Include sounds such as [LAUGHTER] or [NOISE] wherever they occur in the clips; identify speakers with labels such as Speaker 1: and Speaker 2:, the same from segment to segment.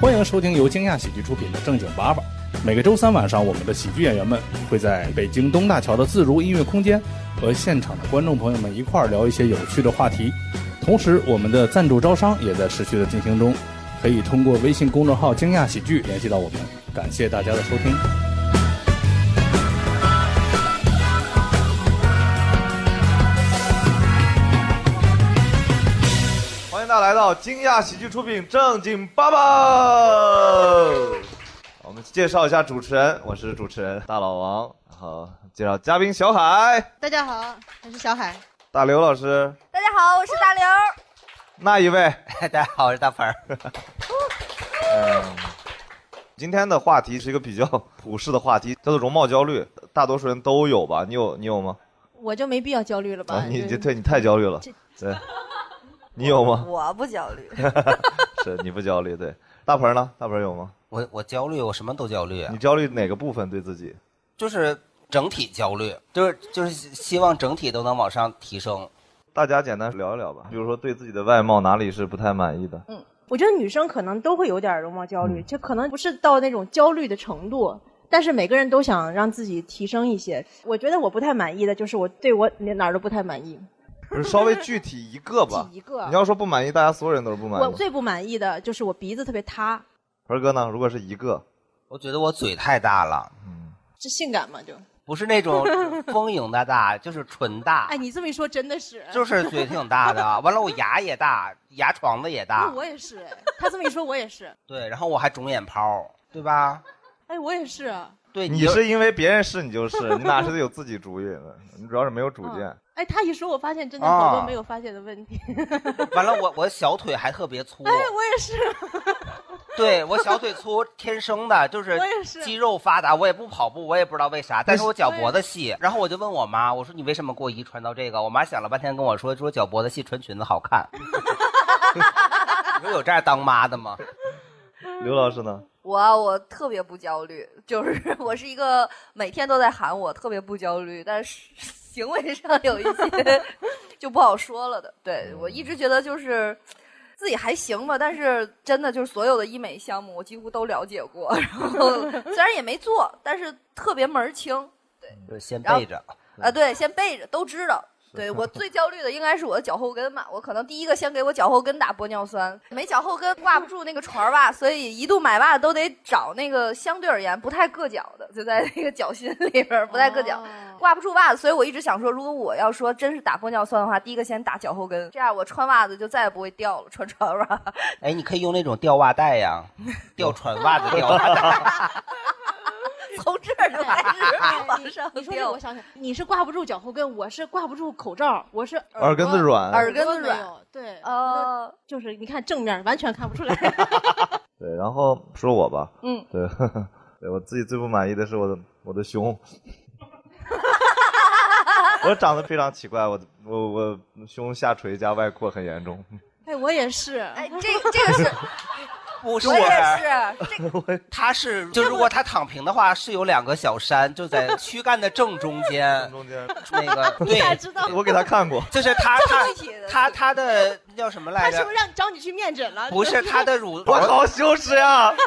Speaker 1: 欢迎收听由惊讶喜剧出品的《正经八百》。每个周三晚上，我们的喜剧演员们会在北京东大桥的自如音乐空间和现场的观众朋友们一块儿聊一些有趣的话题。同时，我们的赞助招商也在持续的进行中，可以通过微信公众号“惊讶喜剧”联系到我们。感谢大家的收听。
Speaker 2: 欢迎大家来到惊讶喜剧出品正经八百。我们介绍一下主持人，我是主持人大老王。好，介绍嘉宾小海、
Speaker 3: 大家好，我是小海。
Speaker 2: 大刘老师，
Speaker 3: 大家好，我是大刘。
Speaker 2: 那一位。
Speaker 4: [LAUGHS] 大家好，我是大鹏儿。
Speaker 2: 嗯，今天的话题是一个比较普世的话题，叫做容貌焦虑，大多数人都有吧？你有你有吗？
Speaker 3: 我就没必要焦虑了吧？
Speaker 2: 啊，你
Speaker 3: 就
Speaker 2: 这
Speaker 5: [LAUGHS]
Speaker 2: 对你太焦虑了
Speaker 3: 这，
Speaker 2: 对，你有吗？
Speaker 3: 我不焦虑。
Speaker 2: [LAUGHS] 是你不焦虑，对。大鹏呢？大鹏有吗？
Speaker 4: 我我焦虑，我什么都焦虑啊
Speaker 2: 你，焦虑哪个部分对自己？
Speaker 4: 就是整体焦虑，就是就是希望整体都能往上提升。
Speaker 2: 大家简单聊一聊吧，比如说对自己的外貌哪里是不太满意的，
Speaker 5: 我觉得女生可能都会有点容貌焦
Speaker 3: 嗯
Speaker 5: 虑，就可能不是到那种焦虑的程度，但是每个人都想让自己提升一些。我觉得我不太满意的就是我对我哪儿都不太满意。。
Speaker 2: 不是稍微具体一个
Speaker 5: [LAUGHS]
Speaker 2: 吧
Speaker 5: 一个
Speaker 2: 你要说不满意，大家所有人都是不满
Speaker 5: 我
Speaker 2: 意的。
Speaker 5: 最不满意的就是我鼻子特别塌，
Speaker 2: 鹏哥呢？如果是一个，
Speaker 4: 我觉得我嘴太大了，
Speaker 5: 这性感嘛就？
Speaker 4: 不是
Speaker 3: [LAUGHS]
Speaker 4: 那种丰盈的大，就是唇大
Speaker 3: 哎，，你这么一说，真的是。
Speaker 4: 就是嘴挺
Speaker 3: [LAUGHS]
Speaker 4: 大的。啊完了，我牙也大，牙床子也大
Speaker 3: 那， [LAUGHS] 我也是，哎他这么一说，我也是，
Speaker 4: 对，然后我还肿眼泡，对吧？
Speaker 3: 哎，我也是。
Speaker 4: 对，
Speaker 2: 你
Speaker 4: 就是
Speaker 2: 因为别人是你就是，你哪是有自己主意的？你主要是没有主见。
Speaker 3: 哎，他一说，我发现真的好多
Speaker 4: 啊
Speaker 3: 没有发现的问题。
Speaker 5: 嗯
Speaker 4: 完了，我我小腿还特别粗，
Speaker 3: 哎，我也是， [LAUGHS]
Speaker 4: 对我小腿粗，天生的，就是
Speaker 3: 我也是
Speaker 4: 肌肉发达。我也不跑步，我也不知道为啥，但是我脚
Speaker 3: 我也
Speaker 4: 脖子细。然后我就问我妈，我说你为什么给我遗传到这个？我妈想了半天跟我说，说脚脖子细，穿裙子好
Speaker 3: [LAUGHS]
Speaker 4: 看。你说有这样当妈的吗？
Speaker 2: [LAUGHS] 刘老师呢？
Speaker 6: 我啊我特别不焦虑，就是 [LAUGHS] 我是一个每天都在喊我特别不焦虑，但是行为上有一
Speaker 3: [LAUGHS]
Speaker 6: 些就不好说了的。对
Speaker 3: 嗯
Speaker 6: 我一直觉得就是自己还行吧，但是真的就是所有的医美项目我几乎都了解过，然
Speaker 3: [LAUGHS]
Speaker 6: 后虽然也没做，但是特别门儿清
Speaker 4: 就是先
Speaker 6: 然后
Speaker 4: 背着，
Speaker 6: 啊。对，先背着都知道。对我最焦虑的应该是我的脚后跟吧，我可能第一个先给我脚后跟打玻尿酸，没脚后跟挂不住那个船袜，所以一度买袜都得找那个相对而言不太硌脚的，就在那个脚心里边儿不太硌脚，
Speaker 3: 哦
Speaker 6: 挂不住袜子，所以我一直想说，如果我要说真是打玻尿酸的话，第一个先打脚后跟，这样我穿袜子就再也不会掉了，穿船袜。 [LAUGHS]
Speaker 4: 哎，你可以用那种吊袜带呀，吊船袜
Speaker 3: [LAUGHS]
Speaker 4: 子吊袜带。
Speaker 6: 从这儿就开始往上
Speaker 3: 哎你说这个，
Speaker 6: 掉
Speaker 3: 我，想想，你是挂不住脚后跟，我是挂不住口罩，我是
Speaker 2: 耳根子软
Speaker 6: 耳根
Speaker 3: 朵
Speaker 6: 子
Speaker 3: 没
Speaker 6: 软
Speaker 3: 有，对，
Speaker 6: 呃，
Speaker 3: 就是你看正面完全看不出来。 [LAUGHS]
Speaker 2: 对，然后说我吧，
Speaker 6: 嗯，
Speaker 2: [LAUGHS] 对，对我自己最不满意的是我的我
Speaker 3: [LAUGHS]
Speaker 2: 的胸，我长得非常奇怪，我我我胸下垂加外扩很严重，。
Speaker 3: 哎，我也是。
Speaker 6: [LAUGHS] 哎，这个这个是，
Speaker 4: [LAUGHS] 不是
Speaker 6: 我，也是，这
Speaker 4: 他
Speaker 3: [LAUGHS]
Speaker 4: 是就如果他躺平的话，是有两个小山，就在躯干的正中间
Speaker 2: 中间
Speaker 4: 那
Speaker 3: [LAUGHS]
Speaker 4: 个对，
Speaker 3: 咋知道？
Speaker 2: 我给他看过，
Speaker 4: [LAUGHS] 就是他他
Speaker 6: 具体的
Speaker 4: 他他的那叫什么来
Speaker 3: 他
Speaker 4: 着
Speaker 3: 是不？是让找你去面诊了？
Speaker 4: 不是他的
Speaker 6: [LAUGHS]
Speaker 4: 乳
Speaker 2: 我
Speaker 4: 头，
Speaker 2: 好羞耻呀、 [LAUGHS]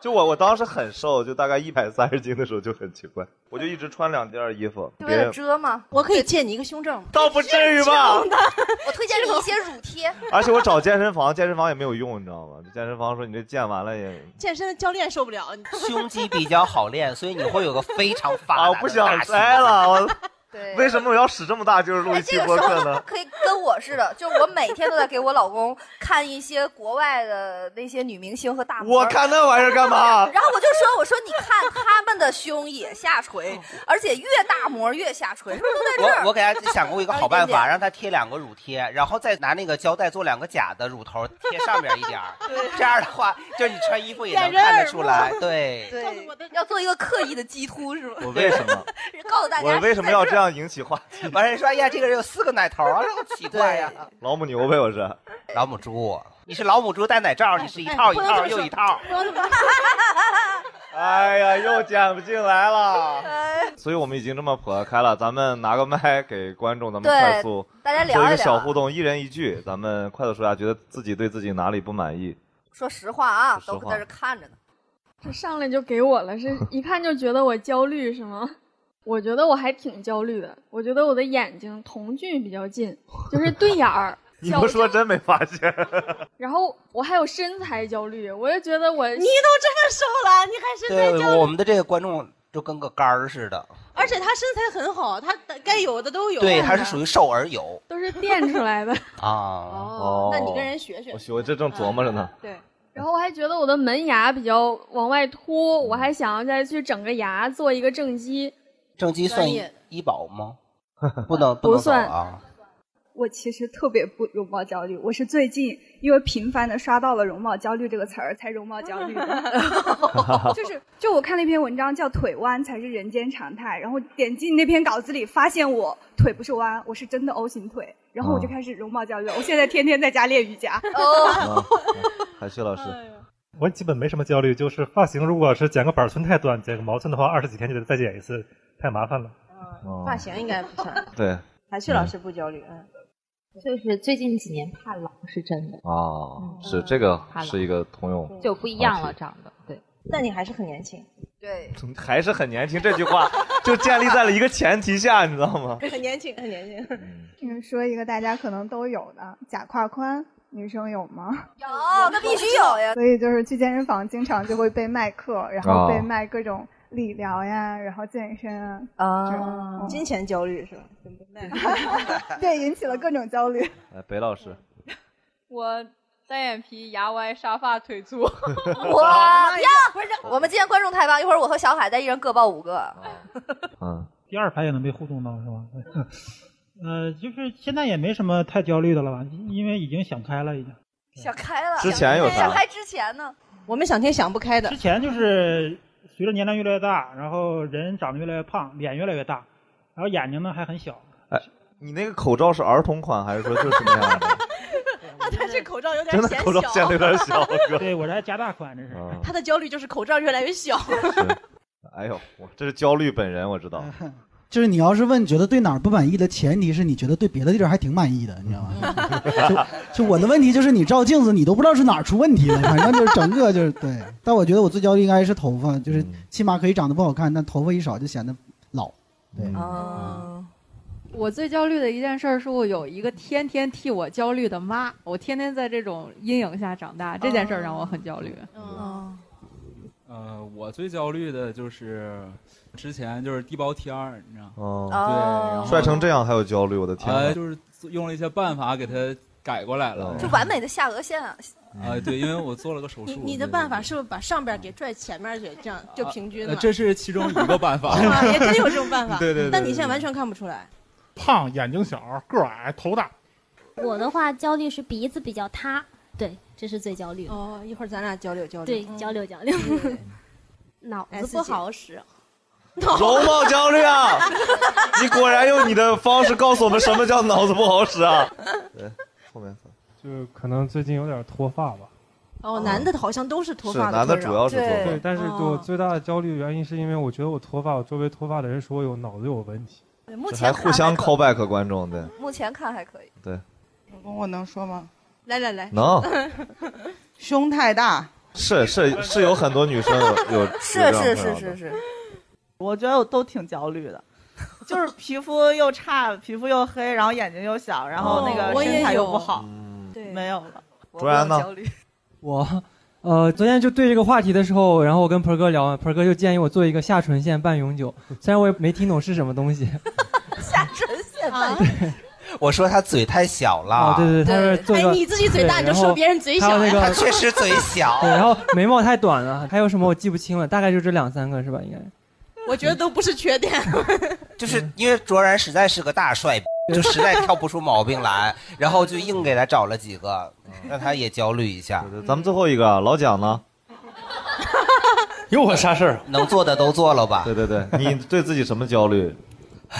Speaker 2: 就我我当时很瘦，就大概一百三十斤的时候就很奇怪，我就一直穿两件衣服，
Speaker 6: 就
Speaker 2: 别
Speaker 6: 为了
Speaker 2: 人
Speaker 6: 遮嘛。
Speaker 3: 我可以借你一个胸罩吗？
Speaker 2: 倒不至于
Speaker 3: [LAUGHS]
Speaker 2: 吧？
Speaker 6: [LAUGHS] 我推荐你一些乳贴，
Speaker 2: [LAUGHS] 而且我找健身房，健身房也没有用，你知道吗？健身房说你这健完了也
Speaker 3: 健身的教练受不了，你 [LAUGHS]
Speaker 2: [LAUGHS]
Speaker 4: 胸肌比较好练，所以你会有个非常发达
Speaker 2: 啊，
Speaker 4: 的
Speaker 2: 我不想
Speaker 4: 大胸 [LAUGHS]
Speaker 2: 摘。了，我
Speaker 6: 对，
Speaker 2: 为什么我要使这么大劲儿录
Speaker 6: 哎，
Speaker 2: 一期
Speaker 6: 这个
Speaker 2: 播
Speaker 6: 时
Speaker 2: 客
Speaker 6: 候
Speaker 2: 呢？
Speaker 6: 可以跟我似的，就是我每天都在给我老公看一些国外的那些女明星和大模。
Speaker 2: 我。看那玩意儿干嘛？啊
Speaker 6: 然后我就说：“我说你看他们的胸也下
Speaker 2: 哦
Speaker 6: 垂，而且越大模越下垂，是不是都在这
Speaker 4: 我
Speaker 6: 儿？
Speaker 4: 我给他想过一个好办
Speaker 6: 一点
Speaker 4: 法，
Speaker 6: 点
Speaker 4: 让他贴两个乳贴，然后再拿那个胶带做两个假的乳头贴上面一点儿这样
Speaker 6: [LAUGHS]
Speaker 4: 的话， [LAUGHS] 就是你穿衣服也能看得出来。对，
Speaker 3: 告诉我的
Speaker 6: 要做一个刻意的激凸，是吗？
Speaker 2: 我为什么？
Speaker 6: [LAUGHS] 告诉大家
Speaker 2: 我为什么要这
Speaker 6: 样？ [LAUGHS]
Speaker 2: 样引起话题？
Speaker 4: [LAUGHS] 完了说，哎呀，这个人有四个奶头啊，这么奇怪呀、
Speaker 2: 老母牛呗，我是。
Speaker 4: 老母猪，啊你是老母猪戴奶罩，你是一套一
Speaker 6: 哎
Speaker 4: 套又一套。
Speaker 3: 不要这么说
Speaker 2: [LAUGHS] 哎呀，又捡不进来
Speaker 6: 哎
Speaker 2: 了。所以我们已经这么破开了，咱们拿个麦 [LAUGHS] 给观众，咱们
Speaker 6: 对
Speaker 2: 快速
Speaker 6: 大家聊
Speaker 2: 做一
Speaker 6: 一聊，
Speaker 2: 个小互动，一人一句，咱们快速说一下，觉得自己对自己哪里不满意。
Speaker 6: 说实话啊，
Speaker 2: 说
Speaker 6: 都
Speaker 2: 实话。
Speaker 6: 在这看着呢。
Speaker 7: 这上来就给我
Speaker 4: [LAUGHS]
Speaker 7: 了，是一看就觉得我焦虑是吗？我觉得我还挺焦虑的，我觉得我的眼睛瞳距比较近，就是对
Speaker 4: [LAUGHS]
Speaker 7: 眼儿
Speaker 2: 你不说
Speaker 7: 矫正
Speaker 2: 真没发现， [LAUGHS]
Speaker 7: 然后我还有身材焦虑，我就觉得我
Speaker 5: 你都这个瘦了，你还身材
Speaker 4: 对，我们的这个观众就跟个杆儿似的，
Speaker 5: 而且他身材很好，他该有的都有。啊
Speaker 4: 对，还是属于瘦而有
Speaker 7: 都是练出
Speaker 5: [LAUGHS]
Speaker 4: [LAUGHS]
Speaker 7: 来的。
Speaker 4: 啊。
Speaker 2: 哦
Speaker 5: 那你跟人学学
Speaker 2: 我。我这正琢磨着呢。
Speaker 5: 对，
Speaker 7: 然后我还觉得我的门牙比较往外凸，我还想要再去整个牙做一个正畸。
Speaker 4: 正畸算
Speaker 5: 专业
Speaker 4: 医保吗？不能，能走
Speaker 7: 算
Speaker 4: 啊。
Speaker 8: 我其实特别不容貌焦虑，我是最近因为频繁的刷到了“容貌焦虑”这个词儿，才容貌焦虑的。就是，就我看了一篇文章叫《腿弯才是人间常态》，然后点进那篇稿子里，发现我腿不是弯，我是真的 O 型腿，然后我就
Speaker 2: 哦
Speaker 8: 开始容貌焦虑了。我现在天天在家练瑜伽，
Speaker 6: 哦，
Speaker 2: 啊
Speaker 5: 哎
Speaker 2: 海旭老师，
Speaker 9: 我基本没什么焦虑，就是发型如果是剪个板寸太短，剪个毛寸的话，二十几天就得再剪一次，太麻烦了。
Speaker 2: 哦
Speaker 5: 呃发型应该不算。
Speaker 2: 对
Speaker 5: 韩旭老师不焦虑，嗯，
Speaker 10: 就是最近几年怕老是真的，
Speaker 2: 哦，
Speaker 5: 嗯
Speaker 2: 是这个
Speaker 10: 好了
Speaker 2: 是一个通用，
Speaker 10: [LAUGHS] 就不一样
Speaker 2: 好
Speaker 10: 了，
Speaker 2: 奇
Speaker 10: 长得对。
Speaker 5: 但你还是很年轻，
Speaker 6: 对，
Speaker 5: 嗯
Speaker 2: 还是很年轻。这句话就建立在了一个前提下，你知道吗？
Speaker 5: [LAUGHS] 很年轻，很年轻。
Speaker 8: [LAUGHS] 嗯，说一个大家可能都有的假胯宽，女生有吗？ [LAUGHS]
Speaker 6: 有，那必须有呀。
Speaker 8: 所以就是去健身房，经常就会被卖课，然
Speaker 2: 后被哦
Speaker 8: 卖各种理疗呀，然后健身啊，嗯
Speaker 6: 啊，
Speaker 5: 金钱焦虑是吧？
Speaker 8: [LAUGHS] 对，引起了各种焦虑。
Speaker 2: 哎，北老师，
Speaker 5: 嗯
Speaker 7: 我单眼皮、牙歪、沙发、腿粗。
Speaker 6: 哇呀！我们今天观众太棒，一会儿我和小海再一人各报五个。
Speaker 2: 哦嗯，
Speaker 11: 第二排也能被互动到是吧？ [LAUGHS] 呃，就是现在也没什么太焦虑的了吧，因为已经想开了，已经。
Speaker 6: 想开了，
Speaker 2: 之前有啥
Speaker 6: 想开之前呢？
Speaker 5: 我们想听想不 [LAUGHS] 开的
Speaker 11: 之，前就是随着年龄越来越大，然后人长得越来越胖，脸越来越大，然后眼睛呢还很小。
Speaker 2: 哎你那个口罩是儿童款还是说就是什么样的？
Speaker 5: 但是口 [LAUGHS] 罩有
Speaker 2: 真的口罩显得有
Speaker 5: [LAUGHS]
Speaker 2: 点小，哥。
Speaker 11: [LAUGHS] 对我这还加大款，这是。
Speaker 2: 嗯
Speaker 5: 他的焦虑就是口罩越来越小。 [LAUGHS]
Speaker 2: 是，哎呦，我这是焦虑本人，我知道。
Speaker 5: 嗯
Speaker 12: 就是你要是问觉得对哪儿不满意的前提是你觉得对别的地儿还挺满意的，你知道
Speaker 2: 嗯 [LAUGHS]
Speaker 12: 吗？就就我的问题就是你照镜子你都不知道是哪儿出问题了，反正就是整个就是对。但我觉得我最焦虑应该是头发，
Speaker 2: 嗯
Speaker 12: 就是起码可以长得不好看，但头发一少就显得老。对
Speaker 2: 嗯
Speaker 10: 哦
Speaker 6: 啊，
Speaker 10: 我最焦虑的一件事儿是我有一个天天替我焦虑的妈，我天天在这种阴影下长大，这件事儿让我很焦虑。哦
Speaker 6: 嗯，
Speaker 11: 呃，我最焦虑的就是之前就是地包天儿，你知道吗？
Speaker 2: 哦，
Speaker 6: 哦，
Speaker 2: 帅成这样还有焦虑，我的天哪！
Speaker 11: 呃，就是用了一些办法给它改过来了。
Speaker 2: 哦
Speaker 6: 就完美的下颚线啊！
Speaker 2: 嗯哎
Speaker 13: 呃
Speaker 11: 啊、对，因为我做了个手
Speaker 5: 你
Speaker 11: 术。
Speaker 5: 你的
Speaker 11: 对
Speaker 5: 办法是不是把上边给拽前面去，这样就平
Speaker 2: 啊
Speaker 11: [LAUGHS]
Speaker 5: 均
Speaker 11: 呃
Speaker 5: 了？
Speaker 11: 这是其中一个办
Speaker 5: [LAUGHS]
Speaker 11: 法。
Speaker 2: [LAUGHS]
Speaker 5: 啊，也
Speaker 1: [LAUGHS]
Speaker 5: 真有这种办法。
Speaker 11: 对对对对
Speaker 5: 但你现在完全看不出来。
Speaker 1: 胖、眼睛小、个儿矮、头大，
Speaker 10: 我的话焦虑是鼻子比较塌，对，这是最焦虑的。
Speaker 5: 哦，一会儿咱俩交流交流。
Speaker 10: 对，
Speaker 5: 嗯
Speaker 10: 交流交流，脑
Speaker 5: 子
Speaker 10: 子
Speaker 5: 不
Speaker 10: 不
Speaker 5: 好
Speaker 10: 好
Speaker 5: [LAUGHS]
Speaker 10: 使。
Speaker 2: 容貌焦虑啊！你果然用你的方式告诉我们什么叫脑子不好使啊！对，后面
Speaker 9: 就可能最近有点脱发吧。
Speaker 5: 哦，男的好像都是脱
Speaker 2: 是
Speaker 5: 发
Speaker 2: 男的
Speaker 5: 困
Speaker 2: 主
Speaker 5: 扰
Speaker 2: 要是做
Speaker 6: 对
Speaker 9: 对，但是给
Speaker 5: 哦
Speaker 9: 我最大的焦虑原因是因为我觉得我脱发，我周围脱发的人说我有脑子有问题。
Speaker 6: 对目
Speaker 2: 这
Speaker 6: 前
Speaker 2: 还互相
Speaker 6: 看还可
Speaker 2: call back 观众，对，
Speaker 6: 以，目前看还可以。嗯
Speaker 10: 我能说吗？
Speaker 5: 来来来， [LAUGHS]
Speaker 2: 能
Speaker 10: 胸太大，
Speaker 2: 是是是有很多女生有有有这
Speaker 6: 是是
Speaker 2: 样困扰
Speaker 6: 是
Speaker 2: 的
Speaker 6: 是是，
Speaker 10: 我觉得我都挺焦虑的，就是皮肤又差，皮肤又黑，然后眼睛又小，然
Speaker 2: 后那个
Speaker 5: 哦我也有。
Speaker 10: 好，
Speaker 2: 嗯，
Speaker 5: 对，
Speaker 10: 有了。
Speaker 6: 我
Speaker 2: 卓然呢
Speaker 6: 不用焦虑
Speaker 9: 我，呃，昨天就对这个话题的时候，然后我跟盆儿哥聊，盆儿哥就建议我做一个下唇线半永久，虽然我也没听懂是什
Speaker 2: [LAUGHS]
Speaker 9: 么东西。
Speaker 6: 下唇线吧。
Speaker 4: 我说他嘴太小了，
Speaker 9: 啊，对对对，他
Speaker 6: 对
Speaker 9: 是做一
Speaker 5: 哎，
Speaker 9: 个，
Speaker 5: 你自己嘴大你就说别人嘴
Speaker 9: 还
Speaker 5: 小
Speaker 9: 有那
Speaker 5: 呀。
Speaker 4: 他
Speaker 9: 个，
Speaker 4: 确实嘴小
Speaker 9: 对，。然后眉毛太短了，还有什么我记不清了，大概就这两三个是吧？应该。
Speaker 5: 我觉得都不是缺
Speaker 2: [LAUGHS]
Speaker 5: 点。
Speaker 4: 就是因为卓然实在是个大帅，就实在挑不出毛病来，然后就硬给他找了几个，让他也焦虑一下
Speaker 2: 嗯对。对咱们最后一个老蒋呢？
Speaker 1: 有我啥事儿？
Speaker 4: 能做的都做了吧？
Speaker 2: 对对对，你对自己什么焦虑？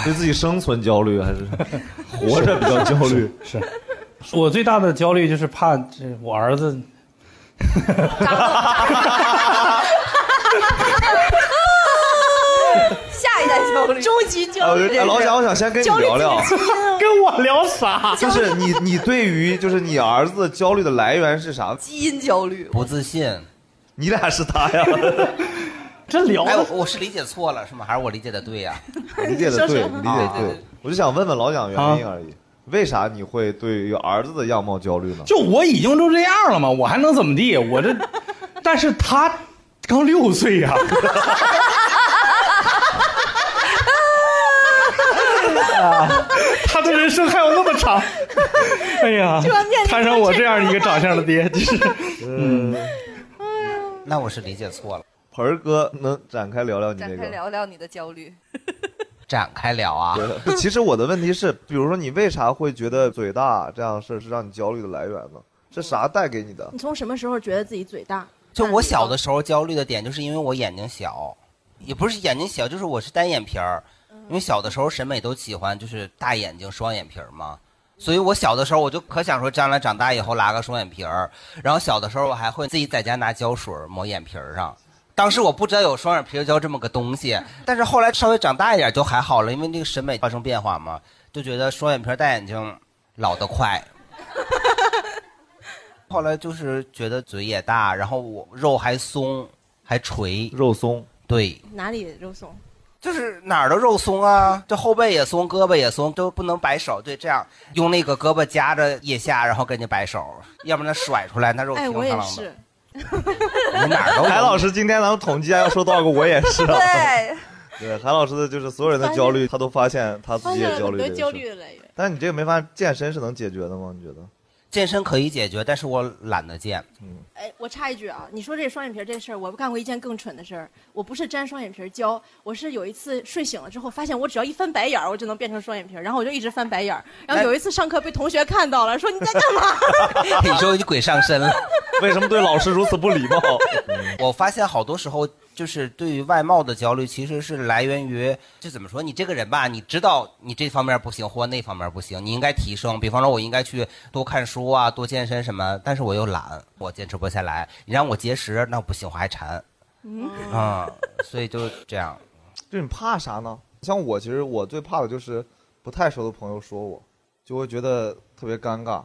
Speaker 2: 对自己生存焦虑还是活着比较焦虑？
Speaker 1: 是我最大的焦虑就是怕这我儿 [LAUGHS] 子
Speaker 6: 下一代焦虑，
Speaker 5: 终极
Speaker 2: 啊，
Speaker 5: 焦
Speaker 2: 我
Speaker 5: 虑
Speaker 2: 哎，老蒋，我想先跟你哎
Speaker 5: 焦虑
Speaker 2: 聊聊，
Speaker 5: 自己基因啊
Speaker 1: 跟我聊啥？
Speaker 2: [LAUGHS] 就是你，你对于就是你儿子焦虑的来源是啥？
Speaker 6: 基因焦虑，
Speaker 4: 不自信。
Speaker 2: 你俩是他
Speaker 4: [LAUGHS]
Speaker 2: 呀？
Speaker 1: 这聊
Speaker 4: 哎，我我是理解错了是吗？还是我理解的对啊呀、
Speaker 2: 理解的对，理解
Speaker 4: 啊
Speaker 2: 对。我就想问问老蒋原因而
Speaker 1: 啊
Speaker 2: 已，为啥你会对于儿子的样貌焦虑呢？
Speaker 1: 就我已经都这样了嘛，我还能怎么 [LAUGHS] 地？我这，但是他刚六岁呀、他的人生还有那么长，哎呀
Speaker 4: 居然面临，
Speaker 1: 摊上我这样一个长相的爹，
Speaker 2: [LAUGHS]
Speaker 1: 就是，
Speaker 2: 嗯，
Speaker 4: 那我是理解错了。
Speaker 2: 盆儿哥能展开聊聊你这
Speaker 6: 展开
Speaker 2: 个？
Speaker 6: 聊聊你的焦虑。
Speaker 4: 展开聊啊！
Speaker 2: 对其实我的问题是，比如说你为啥会觉得嘴大这样事儿是让你焦虑的来源呢？是啥带给你的？
Speaker 5: [LAUGHS] 你从什么时候觉得自己嘴大？
Speaker 4: 就我小的时候焦虑的点，就是因为我眼睛小，也不是眼睛小，就是我是单眼皮儿。因为小的时候审美都喜欢就是大眼睛、双眼皮儿嘛，所以我小的时候我就可想说，将来长大以后拉个双眼皮儿。然后小的时候我还会自己在家拿胶水抹眼皮儿上。当时我不知道有双眼皮儿胶这么个东西，但是后来稍微长大一点就还好了，因为那个审美发生变化嘛，就觉得双眼皮儿大眼睛老得快，后来就是觉得嘴也大，然后我肉还松，还垂，
Speaker 2: 肉松，
Speaker 4: 对，
Speaker 5: 哪里肉松？
Speaker 4: 就是哪儿都肉松啊，这后背也松，胳膊也松，都不能摆手，对，这样用那个胳膊夹着腋下，然后跟你摆手，要不然它甩出来，那肉挺
Speaker 5: 哎，我
Speaker 4: 上
Speaker 5: 也
Speaker 4: 啷的。
Speaker 5: 是。
Speaker 4: 你哪
Speaker 6: [LAUGHS]
Speaker 4: 儿都有
Speaker 2: 韩老师今天能统计要说多少个？我也是、啊。
Speaker 5: 对，
Speaker 2: [LAUGHS] 对，韩老师的就是所有人的焦虑，他都发现他自己
Speaker 5: 哎
Speaker 2: 也焦虑这件事。
Speaker 5: 的来源。
Speaker 2: 但是你这个没法健身是能解决的吗？你觉得？
Speaker 4: 健身可以解决，但是我懒得健。
Speaker 5: 哎，我插一句啊，你说这双眼皮儿这事儿，我干过一件更蠢的事儿。我不是粘双眼皮儿胶，我是有一次睡醒了之后，发现我只要一翻白眼儿，我就能变成双眼皮儿，然后我就一直翻白眼儿。
Speaker 4: 哎
Speaker 5: 然后有一次上课被同学看到了，说你在干
Speaker 4: [LAUGHS]
Speaker 5: 嘛？
Speaker 4: 你说你鬼上身了？嗯
Speaker 2: 为什么对老师如此不礼貌？
Speaker 4: 我发现好多时候就是对于外貌的焦虑，其实是来源于就怎么说，你这个人吧，你知道你这方面不行或那方面不行，你应该提升。比方说，我应该去多看书啊，多健身什么，但是我又懒，我坚持不下来。你让我节食，那不行，我还馋
Speaker 5: 嗯，
Speaker 4: 啊、所以就这样。
Speaker 2: 就嗯你怕啥呢？像我，其实我最怕的就是不太熟的朋友说我，就会觉得特别尴尬。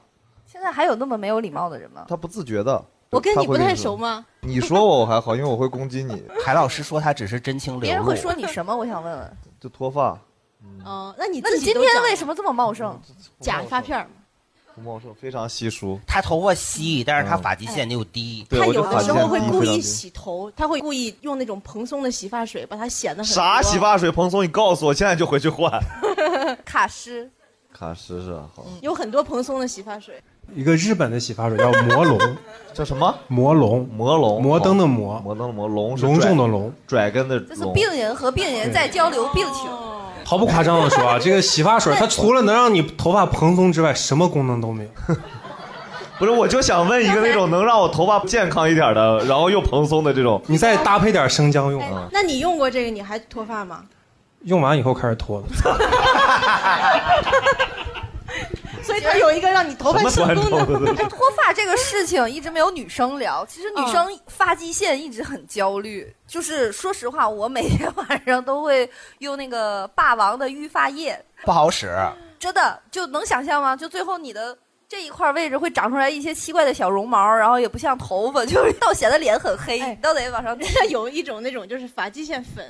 Speaker 6: 现在还有那么没有礼貌的人吗？
Speaker 2: 他不自觉的，
Speaker 5: 我跟
Speaker 2: 他
Speaker 5: 你
Speaker 2: 会
Speaker 5: 不太
Speaker 2: 说
Speaker 5: 熟？吗？
Speaker 2: [LAUGHS] 你说我我还好，因为我会攻击你。
Speaker 4: [LAUGHS] 海老师说他只是真情
Speaker 6: 别人会说你什么？我想问问。
Speaker 2: 就脱发
Speaker 5: 哦，那你
Speaker 6: 那你今天为什么这么茂盛？
Speaker 5: 假发片儿吗？
Speaker 2: 不茂盛，非常稀疏。
Speaker 4: 他头发稀，但是他发际线又低。
Speaker 2: 对
Speaker 5: 哎他
Speaker 2: 我
Speaker 5: 有
Speaker 2: 就
Speaker 5: 的
Speaker 2: 发
Speaker 5: 时
Speaker 2: 现
Speaker 5: 候会
Speaker 2: 第一
Speaker 5: 故
Speaker 2: 非常
Speaker 5: 意
Speaker 2: 低
Speaker 5: 洗头，他会故意用那种蓬松的洗发水把它显得很
Speaker 2: 啥
Speaker 5: [LAUGHS]
Speaker 2: 洗发水？蓬松，你告诉我，现在就回去换。
Speaker 5: 发
Speaker 6: 卡诗？
Speaker 2: 卡诗是啊吧？好，
Speaker 5: 有很多蓬松的洗发水。
Speaker 14: 一个日本的洗发水叫魔龙，
Speaker 2: [LAUGHS] 叫什么？
Speaker 14: 魔龙，
Speaker 2: 魔龙，
Speaker 14: 摩登的摩，
Speaker 2: 摩登的摩，龙是
Speaker 14: 隆
Speaker 2: 拽
Speaker 14: 重的龙，
Speaker 2: 拽根的
Speaker 6: 这是病人和病人在交流病情。
Speaker 5: 哦
Speaker 14: 毫不夸张的说啊，这个洗发水它除了能让你头发蓬松之外，什么功能都没有。
Speaker 2: 不是，我就想问一个那种能让我头发健康一点的，然后又蓬松的这种。
Speaker 14: 你再搭配点生姜用
Speaker 2: 啊，
Speaker 5: 哎那你用过这个，你还脱发吗？
Speaker 14: 用完以后开始脱了。
Speaker 5: 所以它有一个让你头发生
Speaker 14: 什么
Speaker 5: 根
Speaker 14: 观众
Speaker 5: 的。
Speaker 6: 哎，脱发这个事情一直没有女生聊。其实女生发际线一直很焦
Speaker 2: 嗯
Speaker 6: 虑，就是说实话，我每天晚上都会用那个霸王的育发液，
Speaker 4: 不好使。
Speaker 6: 真的就能想象吗？就最后你的这一块位置会长出来一些奇怪的小绒毛，然后也不像头发，就是倒显得脸很黑，你都得往上。
Speaker 5: 哎 [LAUGHS] 那有一种那种就是发际线
Speaker 2: [LAUGHS]
Speaker 5: 粉，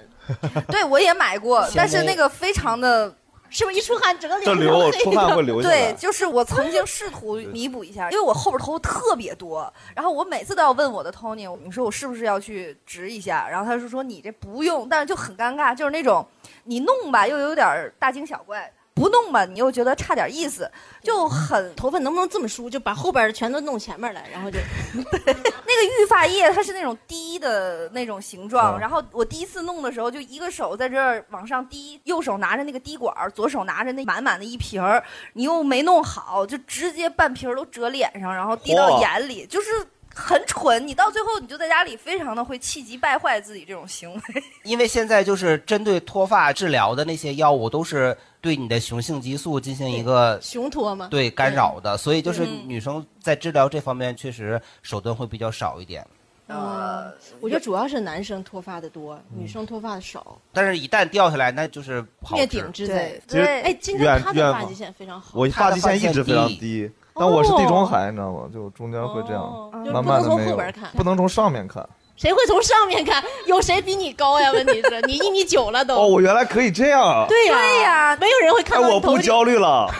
Speaker 6: 对我也买过，
Speaker 5: 显
Speaker 6: 但
Speaker 5: 得
Speaker 6: 是那个非常的。
Speaker 5: 是不是一出汗整个
Speaker 2: 脸这流都黑出汗了会流下来
Speaker 6: 对，就是我曾经试图弥补一下，因为我后边头发特别多，然后我每次都要问我的 Tony，你说我是不是要去植一下？然后他就说你这不用，但是就很尴尬，就是那种你弄吧又有点儿大惊小怪，不弄吧你又觉得差点意思，就很
Speaker 5: 头发能不能这么梳，就把后边的全都弄前面来，然后就
Speaker 6: 那个育发液它是那种滴的那种形状，
Speaker 5: 嗯
Speaker 6: 然后我第一次弄的时候，就一个手在这儿往上滴，右手拿着那个滴管儿，左手拿着那满满的一瓶儿，你又没弄好，就直接半瓶儿都折脸上，然后滴到
Speaker 2: 嚯
Speaker 6: 眼里，就是很蠢。你到最后你就在家里非常的会气急败坏自己这种行为。
Speaker 4: 因为现在就是针对脱发治疗的那些药物，都是对你的雄性激素进行一个
Speaker 5: 雄脱吗？
Speaker 4: 对干扰的，所以就是
Speaker 5: 嗯
Speaker 4: 女生在治疗这方面确实手段会比较少一点。
Speaker 5: 呃，我觉得主要是男生脱发的多，女生脱发的少，
Speaker 4: 但是一旦掉下来，那就是不
Speaker 2: 嗯
Speaker 4: 好
Speaker 5: 灭
Speaker 4: 治
Speaker 5: 顶之灾。
Speaker 2: 其实
Speaker 5: 哎，今天
Speaker 2: 远
Speaker 5: 他
Speaker 2: 远
Speaker 5: 的发际线非常好，
Speaker 2: 我
Speaker 4: 他
Speaker 2: 发
Speaker 4: 的
Speaker 2: 际
Speaker 4: 发
Speaker 2: 线
Speaker 4: 际
Speaker 2: 一
Speaker 4: 线
Speaker 2: 直非常
Speaker 4: 低
Speaker 2: 低，但我是地中
Speaker 5: 哦
Speaker 2: 海，你知道吗？就中间会这样，
Speaker 5: 就是
Speaker 2: 慢
Speaker 5: 不
Speaker 2: 慢
Speaker 5: 能
Speaker 2: 的
Speaker 5: 从
Speaker 2: 没
Speaker 5: 后
Speaker 2: 有
Speaker 5: 边看，
Speaker 2: 不能从上面看。
Speaker 5: 谁会从上面看？有谁比你高呀？问题是，你一米九了都。
Speaker 2: 哦，我原来可以这样啊！
Speaker 5: 对呀、对呀、没有人会
Speaker 2: 哎，
Speaker 5: 看到
Speaker 2: 我
Speaker 5: 你头
Speaker 2: 不
Speaker 5: 顶 [LAUGHS]
Speaker 2: 焦
Speaker 6: [LAUGHS]
Speaker 2: 虑了。 [LAUGHS]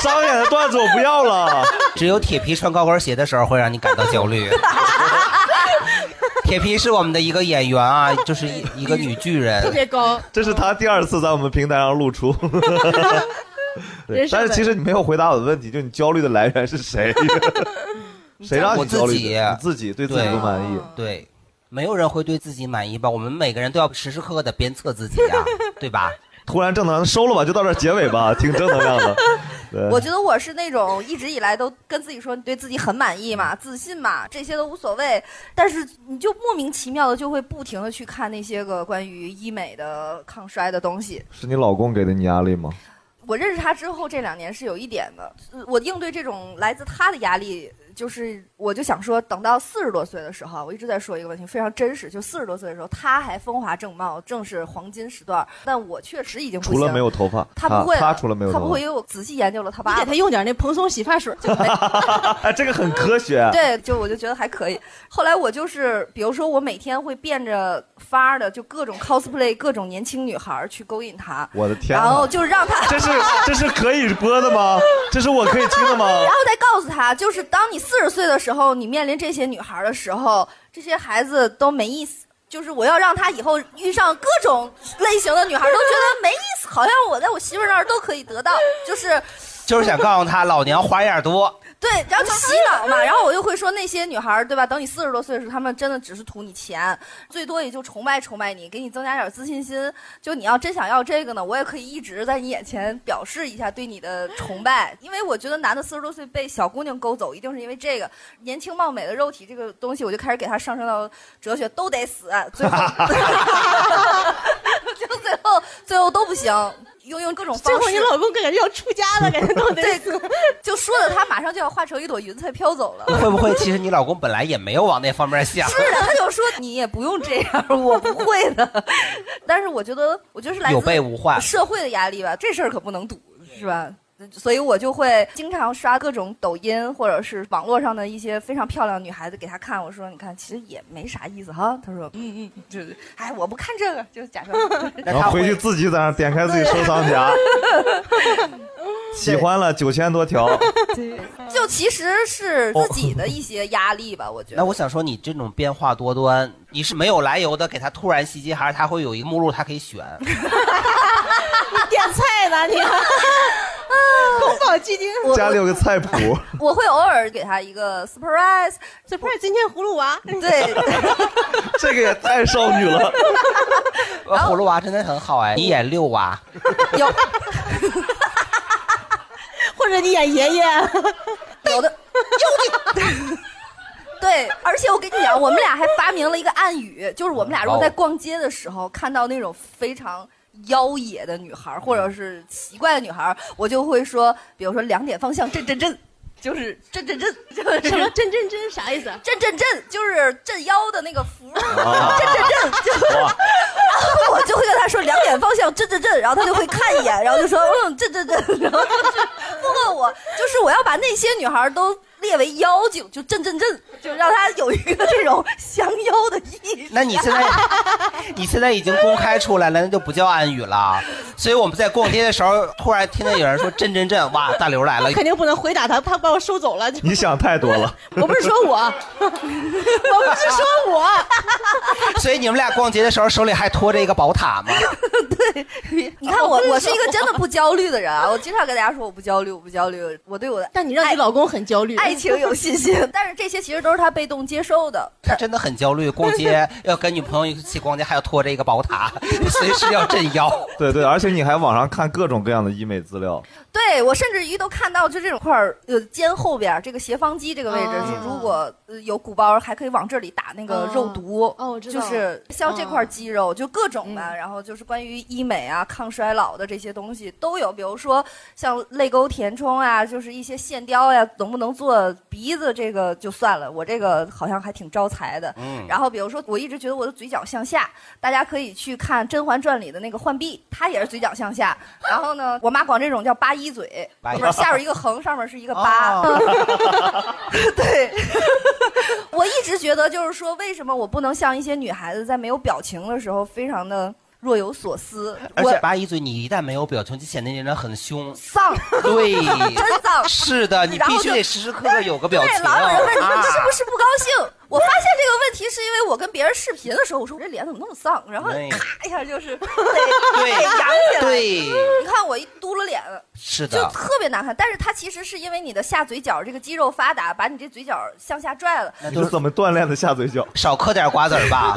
Speaker 2: 商演的段子我不要了。
Speaker 4: [LAUGHS] 只有铁皮穿高跟鞋的时候会让你感到焦
Speaker 5: [LAUGHS]
Speaker 4: 虑。铁皮是我们的一个演员啊，就是一一个女巨人，
Speaker 5: 特别高。
Speaker 2: 这是他第二次在我们平台上
Speaker 6: [LAUGHS]
Speaker 2: 露出。对
Speaker 4: 人设
Speaker 2: 但是
Speaker 4: 本
Speaker 2: 其实你没有回答我的问题，就你焦虑的来源
Speaker 6: [LAUGHS]
Speaker 2: 是谁？谁让
Speaker 4: 我
Speaker 2: 你焦
Speaker 4: 自
Speaker 2: 虑
Speaker 4: 己
Speaker 2: 的？你自己对自己不满意。
Speaker 4: 对，没有人会对自己满意吧？我们每个人都要时时刻刻的鞭策自己啊，对吧？ [LAUGHS]
Speaker 2: 突然正能量收了吧，就到这儿结尾吧，挺正能量的。对
Speaker 6: 我觉得我是那种一直以来都跟自己说你对自己很满意
Speaker 2: 嗯
Speaker 6: 嘛、自信嘛，这些都无所谓。但是你就莫名其妙的就会不停的去看那些个关于医美的抗衰的东西。
Speaker 2: 是你老公给的你压力吗？
Speaker 6: 我认识他之后这两年是有一点的，呃我应对这种来自他的压力，就是我就想说，等到四十多岁的时候，我一直在说一个问题，非常真实，就四十多岁的时候，他还风华正茂，正是黄金时段，但我确实已经不
Speaker 2: 除
Speaker 6: 行
Speaker 2: 了没有头发，
Speaker 6: 他不会了，
Speaker 2: 啊他除了没有
Speaker 6: 他
Speaker 2: 头
Speaker 6: 不会，因
Speaker 2: 发，
Speaker 6: 为我仔细研究了他爸爸，
Speaker 5: 给他用点那蓬松洗发水，
Speaker 2: [LAUGHS] 哎，这个很科学。
Speaker 6: 对，就我就觉得还可以。后来我就是，比如说我每天会变着法儿的，就各种 cosplay 各种年轻女孩儿去勾引他，
Speaker 2: 我的天哪！
Speaker 6: 然后就让他
Speaker 2: 这是这是可以播的吗？这是我可以听的
Speaker 6: [LAUGHS]
Speaker 2: 吗？
Speaker 6: 然后再告诉他，就是当你四十岁的时候，你面临这些女孩的时候，这些孩子都没意思。就是我要让他以后遇上各种类型的女孩，都觉得没意思，好像我在我媳妇儿那儿都可以得到，就是
Speaker 4: 就是想告诉他，老娘花样多。
Speaker 6: 对，然后就洗脑嘛。然后我就会说那些女孩，对吧？等你四十多岁的时候，她们真的只是图你钱，最多也就崇拜崇拜你，给你增加点自信心。就你要真想要这个呢，我也可以一直在你眼前表示一下对你的崇拜，因为我觉得男的四十多岁被小姑娘勾走，一定是因为这个年轻貌美的肉体这个东西，我就开始给他上升到哲学，都得死，啊最
Speaker 5: [LAUGHS]
Speaker 6: 后 [LAUGHS] 就最后最后都不行。用用各种方
Speaker 5: 最
Speaker 6: 式，
Speaker 5: 后你老公感觉要出家了，感觉都得 [LAUGHS]
Speaker 6: 死，就说的他马上就要化成一朵云彩飘走了。
Speaker 4: [LAUGHS] 会不会其实你老公本来也没有往那方面想？
Speaker 6: 是啊的，他就说你也不用这样，我不会的。 [LAUGHS] 但是我觉得，我觉得是来自
Speaker 4: 有备无患
Speaker 6: 社会的压力吧，这事儿可不能赌，是吧？所以我就会经常刷各种抖音或者是网络上的一些非常漂亮的女孩子给她看，我说你看其实也没啥意思哈。她说嗯嗯，就是哎我不看这个，就是假装。 [LAUGHS]
Speaker 2: [LAUGHS] 然后回去自己在那儿点开自己收
Speaker 4: [LAUGHS]
Speaker 2: 藏夹，喜欢了九千多条。
Speaker 6: 就其实是自己的一些压力吧，我觉得。
Speaker 4: [LAUGHS] 那我想说，你这种变化多端，你是没有来由的给他突然袭击，还是他会有一个目录他可以选？
Speaker 5: 你 [LAUGHS] 点菜
Speaker 6: [LAUGHS]
Speaker 5: 呢，你宫保鸡丁。
Speaker 2: 家里有个菜谱，
Speaker 6: 我会偶尔给他一个 surprise，surprise，
Speaker 5: 今天葫芦娃。
Speaker 6: 对，
Speaker 2: 这个也太少女了。
Speaker 4: [LAUGHS] 呃葫芦娃真的很好哎，你演六娃，
Speaker 5: 或者你演 [LAUGHS] 爷爷，
Speaker 6: 有的， [LAUGHS] 对，而且我跟你讲，我们俩还发明了一个暗语，就是我们俩如
Speaker 2: 哦
Speaker 6: 果在逛街的时候看到那种非常妖冶的女孩儿，或者是奇怪的女孩儿，我就会说，比如说两点方向震震震，就是震震震，就是
Speaker 5: 什么震震震啥意思？啊
Speaker 6: 震震震就是镇妖的那个符，震
Speaker 2: 啊
Speaker 6: 震震就是，然后我就会跟他说两点方向震震震，然后他就会看一眼，然后就说嗯震震震，然后就是不问我，就是我要把那些女孩都列为妖精，就震震震，就让她有一个这种降妖的意识。
Speaker 4: 那你现在你现在已经公开出来了，那就不叫暗语了。所以我们在逛街的时候，突然听到有人说“震震震”，哇，大刘来了
Speaker 5: 我。肯定不能回答他，他把我收走了。就
Speaker 6: [LAUGHS]
Speaker 2: 你想太多了。
Speaker 5: 我不是说我，
Speaker 2: [LAUGHS]
Speaker 5: 我不是说 [LAUGHS] 我，
Speaker 4: 所以你们俩逛街的时候手里还拖着一个宝塔吗？
Speaker 6: [LAUGHS] 你看
Speaker 4: [LAUGHS]
Speaker 6: 我，我是一个真的不焦虑的人啊！我经常跟大家说我不焦虑，我不焦虑，我对我的
Speaker 5: 但你让你老公很焦虑，
Speaker 6: 爱情有信心，但是这些其实都是他被动接受的。
Speaker 4: 他真的很焦虑，逛街要跟女朋友一起逛街，还要拖着一个宝塔，随时要镇妖。
Speaker 2: [LAUGHS] 对对，而且你还网上看各种各样的医美资料，
Speaker 6: 对我甚至于都看到，就这种块儿，呃，肩后边儿这个斜方肌这个位置，
Speaker 5: 哦
Speaker 6: 如果呃有鼓包，还可以往这里打那个肉毒。
Speaker 5: 哦，我知
Speaker 6: 就
Speaker 5: 道，
Speaker 6: 是消这块肌肉，就各种
Speaker 13: 嗯
Speaker 6: 吧，然后就是关于医美啊、抗衰老的这些东西都有，比如说像泪沟填充啊，就是一些线雕呀、能不能做个鼻子这个就算了，我这个好像还挺招财的。
Speaker 13: 嗯
Speaker 6: 然后比如说，我一直觉得我的嘴角向下，大家可以去看《甄嬛传》里的那个浣碧，她也是嘴角向下。然后呢，我妈管这种叫八一嘴，
Speaker 13: 八一哦
Speaker 6: 就是下边一个横，上面是一个八。我一直觉得，就是说，为什么我不能像一些女孩子在没有表情的时候，非常的若有所思？
Speaker 4: 而
Speaker 6: 我
Speaker 4: 且八一嘴，你一旦没有表情，就显得你人很凶。
Speaker 6: 丧，
Speaker 4: [LAUGHS] 对，
Speaker 6: [LAUGHS] 真丧。
Speaker 4: [LAUGHS] 是的，你
Speaker 6: 然后就
Speaker 4: 必须得时时刻刻有个表
Speaker 6: 对，
Speaker 4: 情。
Speaker 6: 老有人问你说
Speaker 4: 啊
Speaker 6: 你是不是不高
Speaker 4: [LAUGHS]
Speaker 6: 兴？我发现这个问题是因为我跟别人视频的时候，我说我这脸怎么那么丧，然后
Speaker 4: 对
Speaker 6: 咔一下
Speaker 4: [LAUGHS]
Speaker 6: 就是得
Speaker 4: 对
Speaker 6: 得扬起来。
Speaker 4: 对
Speaker 6: 你看我一嘟了脸，
Speaker 4: 是
Speaker 6: 就
Speaker 4: 的，
Speaker 6: 特别难看。但是它其实是因为你的下嘴角这个肌肉发达，把你这嘴角向下拽了，
Speaker 2: 你是怎么锻炼的下嘴角？
Speaker 4: 哎少嗑点瓜子儿吧。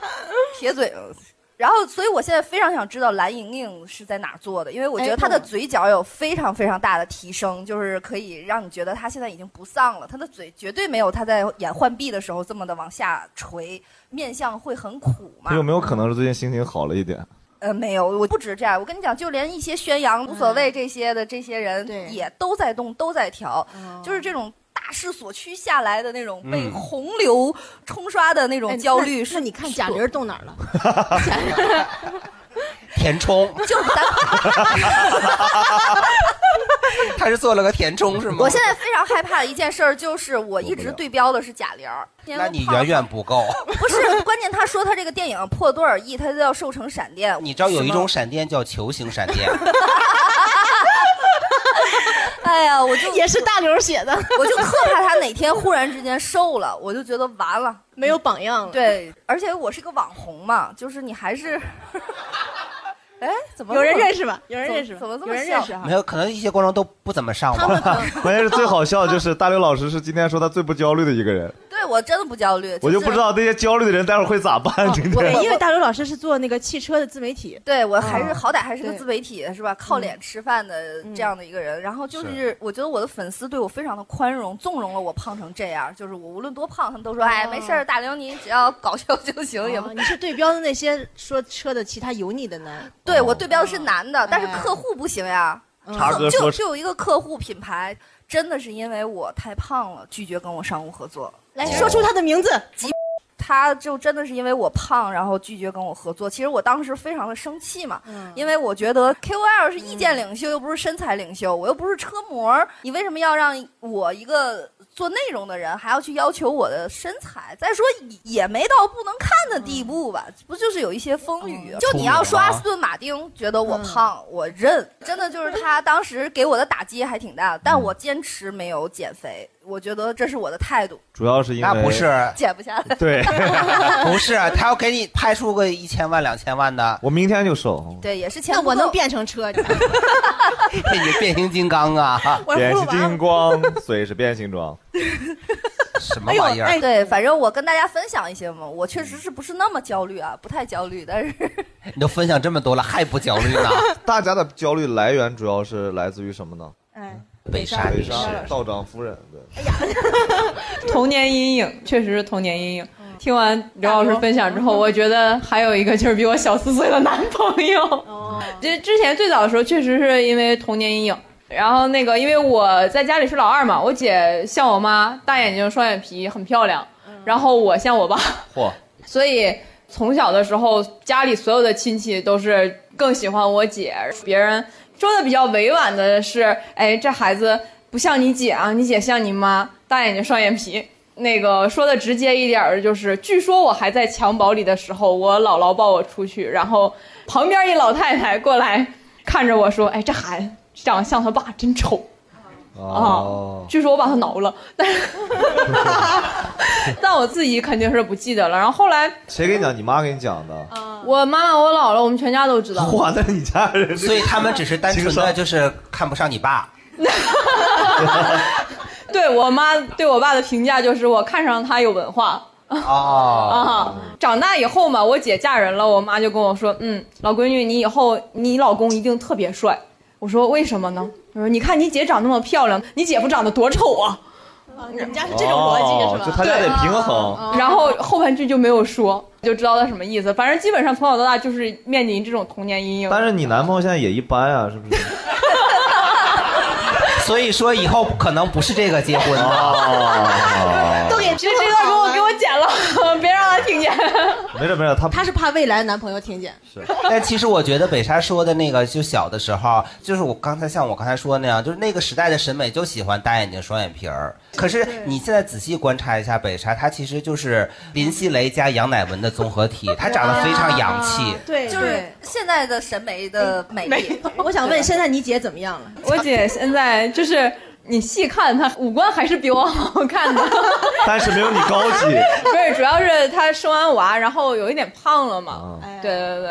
Speaker 6: [LAUGHS] 撇嘴了。然后，所以我现在非常想知道蓝莹莹是在哪儿做的，因为我觉得她的嘴角有非常非常大的提升，就是可以让你觉得她现在已经不丧了，她的嘴绝对没有她在演浣碧的时候这么的往下垂，面相会很苦嘛
Speaker 2: 他。 [LAUGHS] 有没有可能是最近心情好了一点？
Speaker 6: 呃，没有，我不止这样，我跟你讲，就连一些宣扬无所谓
Speaker 5: 嗯
Speaker 6: 这些的这些人，也都在动，都在调，
Speaker 5: 哦
Speaker 6: 就是这种大势所趋下来的那种被
Speaker 4: 嗯
Speaker 6: 洪流冲刷的那
Speaker 5: 哎
Speaker 6: 种
Speaker 5: 那
Speaker 6: 焦虑
Speaker 5: 那
Speaker 6: 是。
Speaker 5: 那你看贾玲动哪儿了？
Speaker 4: 填充，
Speaker 6: [LAUGHS] 就
Speaker 4: [LAUGHS] [LAUGHS] 他是做了个填充是吗？
Speaker 6: 我现在非常害怕的一件事儿就是，我一直对标的是贾玲儿。
Speaker 4: 那你远远不够。
Speaker 6: 不是关键，他说他这个电影破多少亿，他都要瘦成闪电。
Speaker 4: 你知道有一种
Speaker 6: 什
Speaker 4: 闪电叫球形闪电，
Speaker 6: 么，哎呀，我就
Speaker 5: [LAUGHS] 也是大刘写的，
Speaker 6: [LAUGHS] 我就特怕他哪天忽然之间瘦了，我就觉得完了，
Speaker 5: 没有榜样了。
Speaker 6: 对，而且我是个网红嘛，就是你还
Speaker 5: [LAUGHS]
Speaker 6: 是，哎，怎么
Speaker 5: 有人认识吧？有人
Speaker 6: 怎么
Speaker 5: 认识吧？
Speaker 6: 怎么这么
Speaker 5: 有人
Speaker 6: 笑
Speaker 5: 认识哈？
Speaker 4: [LAUGHS] 没有可能一些观众都不怎么上网。
Speaker 2: [LAUGHS] 关键是最好笑的就是大刘老师是今天说他最不焦虑的一个人，
Speaker 6: 对我真的不焦虑，
Speaker 2: 我就不知道那些焦虑的人待会儿会咋办。今
Speaker 5: 对
Speaker 2: 天，
Speaker 5: 因为大刘老师是做那个嗯汽车的自媒体，
Speaker 6: 对我还是好歹还是个自媒体是吧？
Speaker 5: 嗯
Speaker 6: 靠脸吃饭的这样的一个人，然后就是
Speaker 5: 是
Speaker 6: 我觉得我的粉丝对我非常的宽容，纵容了我胖成这样，就是我无论多胖，他们都说哎没事儿，大刘你只要搞笑就行，也不
Speaker 5: 哦哦你是对标的那些说车的其他油腻的哦男，
Speaker 6: 对我对标的是
Speaker 5: 嗯
Speaker 6: 男的，但是客户不行呀。嗯
Speaker 2: 茶哥
Speaker 6: 就
Speaker 2: 说
Speaker 6: 就有一个客户品牌，真的是因为我太胖了，拒绝跟我商务合作。
Speaker 5: 来说出他的名字，
Speaker 6: 吉，他就真的是因为我胖，然后拒绝跟我合作。其实我当时非常的生气嘛，
Speaker 5: 嗯
Speaker 6: 因为我觉得 KOL 是意见领袖，又不是身材领袖，我又不是车模，你为什么要让我一个做内容的人还要去要求我的身材？再说也没到不能看的
Speaker 5: 嗯
Speaker 6: 地步吧，不就是有一些风
Speaker 5: 哦
Speaker 6: 雨？就你要说
Speaker 2: 啊
Speaker 6: 阿斯顿马丁觉得我
Speaker 4: 嗯
Speaker 6: 胖，我认，真的就是他当时给我的打击还挺大的，但
Speaker 2: 嗯
Speaker 6: 我坚持没有减肥，我觉得这是我的态度。
Speaker 2: 主要是因为
Speaker 4: [LAUGHS] 那不是
Speaker 6: 减不下来。 [LAUGHS]
Speaker 2: 对
Speaker 4: [LAUGHS] 不是，他要给你拍出个一千万、两千万的，
Speaker 2: 我明 [LAUGHS] 天就瘦。
Speaker 6: 对，也是前
Speaker 5: 那
Speaker 6: 不
Speaker 5: 我
Speaker 6: 久
Speaker 5: 能变成车，
Speaker 4: 你变形金刚啊，
Speaker 5: 我
Speaker 2: 变
Speaker 5: 葫芦
Speaker 2: 形金光，嘴是变形装，
Speaker 4: [LAUGHS] 什么
Speaker 6: 哎
Speaker 4: 玩意
Speaker 6: 呦，
Speaker 4: 儿？
Speaker 6: 哎，对，反正我跟大家分享一些嘛，我确实是不是那么焦虑啊，不太焦虑，但是 [LAUGHS]
Speaker 4: 你都分享这么多了，还不焦虑呢？
Speaker 2: 大家的焦虑来源主要是来自于什么呢？
Speaker 15: 哎，
Speaker 4: 嗯北沙
Speaker 2: 北
Speaker 4: 女士
Speaker 2: 沙道长夫人，对。
Speaker 15: 童年阴影，确实是童年阴影。听完刘老师分享之后，我觉得还有一个就是比我小四岁的男朋友。这之前最早的时候，确实是因为童年阴影。然后那个，因为我在家里是老二嘛，我姐像我妈，大眼睛、双眼皮，很漂亮。然后我像我爸，
Speaker 2: 嚯，
Speaker 15: 所以从小的时候，家里所有的亲戚都是更喜欢我姐。别人说呃的比较委婉的是，哎，这孩子不像你姐啊，你姐像你妈，大眼睛双眼皮。那个说的直接一点儿，就是据说我还在襁褓里的时候，我姥姥抱我出去，然后旁边一老太太过来看着我说：“哎，这孩子长得像他爸，真丑。”
Speaker 2: 哦，
Speaker 15: 据说我把他挠了，但是 [LAUGHS] 但我自己肯定是不记得了。然后后来
Speaker 2: 谁给你讲？你妈给你讲的。 [LAUGHS]
Speaker 15: 我妈妈、我姥姥，我们全家都知道。
Speaker 2: 哇，那你家人，
Speaker 4: 所以他 [LAUGHS] 们只是单纯的就是看不上你爸。
Speaker 15: 对我妈对我爸的评价就是我看上他有文化
Speaker 4: 哦，
Speaker 15: 啊。长大以后嘛，我姐嫁人了，我妈就跟我说，嗯，老闺女，你以后你老公一定特别帅。我说为什么呢？她说你看你姐长那么漂亮，你姐夫长得多丑啊。
Speaker 5: 你们家是
Speaker 2: 这种逻辑是吧哦就他俩得平衡
Speaker 15: 然后后半句就没有说，就知道他什么意思。反正基本上从小到大就是面临这种童年阴影。
Speaker 2: 啊但是你男朋友现在也一般啊，是不是？
Speaker 4: [LAUGHS] 所以说以后可能不是这个结婚
Speaker 2: 哦
Speaker 4: 的。
Speaker 5: 都给
Speaker 15: 这这段给我给我剪了，别让他听见。
Speaker 2: 没事没事，他
Speaker 5: 他是怕未来男朋友听见。
Speaker 4: [LAUGHS] 但其实我觉得北沙说的那个，就小的时候，就是我刚才像我刚才说的那样，就是那个时代的审美就喜欢大眼睛、双眼皮儿。可是你现在仔细观察一下北沙，她其实就是林熙蕾加杨乃文的综合体，
Speaker 5: [LAUGHS]
Speaker 4: 她长得非常洋气。
Speaker 5: 对，
Speaker 6: 就是现在的审美的美丽。
Speaker 5: 我想问，现在你姐怎么样了？
Speaker 15: 哎我姐现在就是你细看她五官还是比我好看的， [LAUGHS]
Speaker 2: 但是没有你高级。
Speaker 15: 不是，主要是她生完娃，然后有一点胖了嘛。对对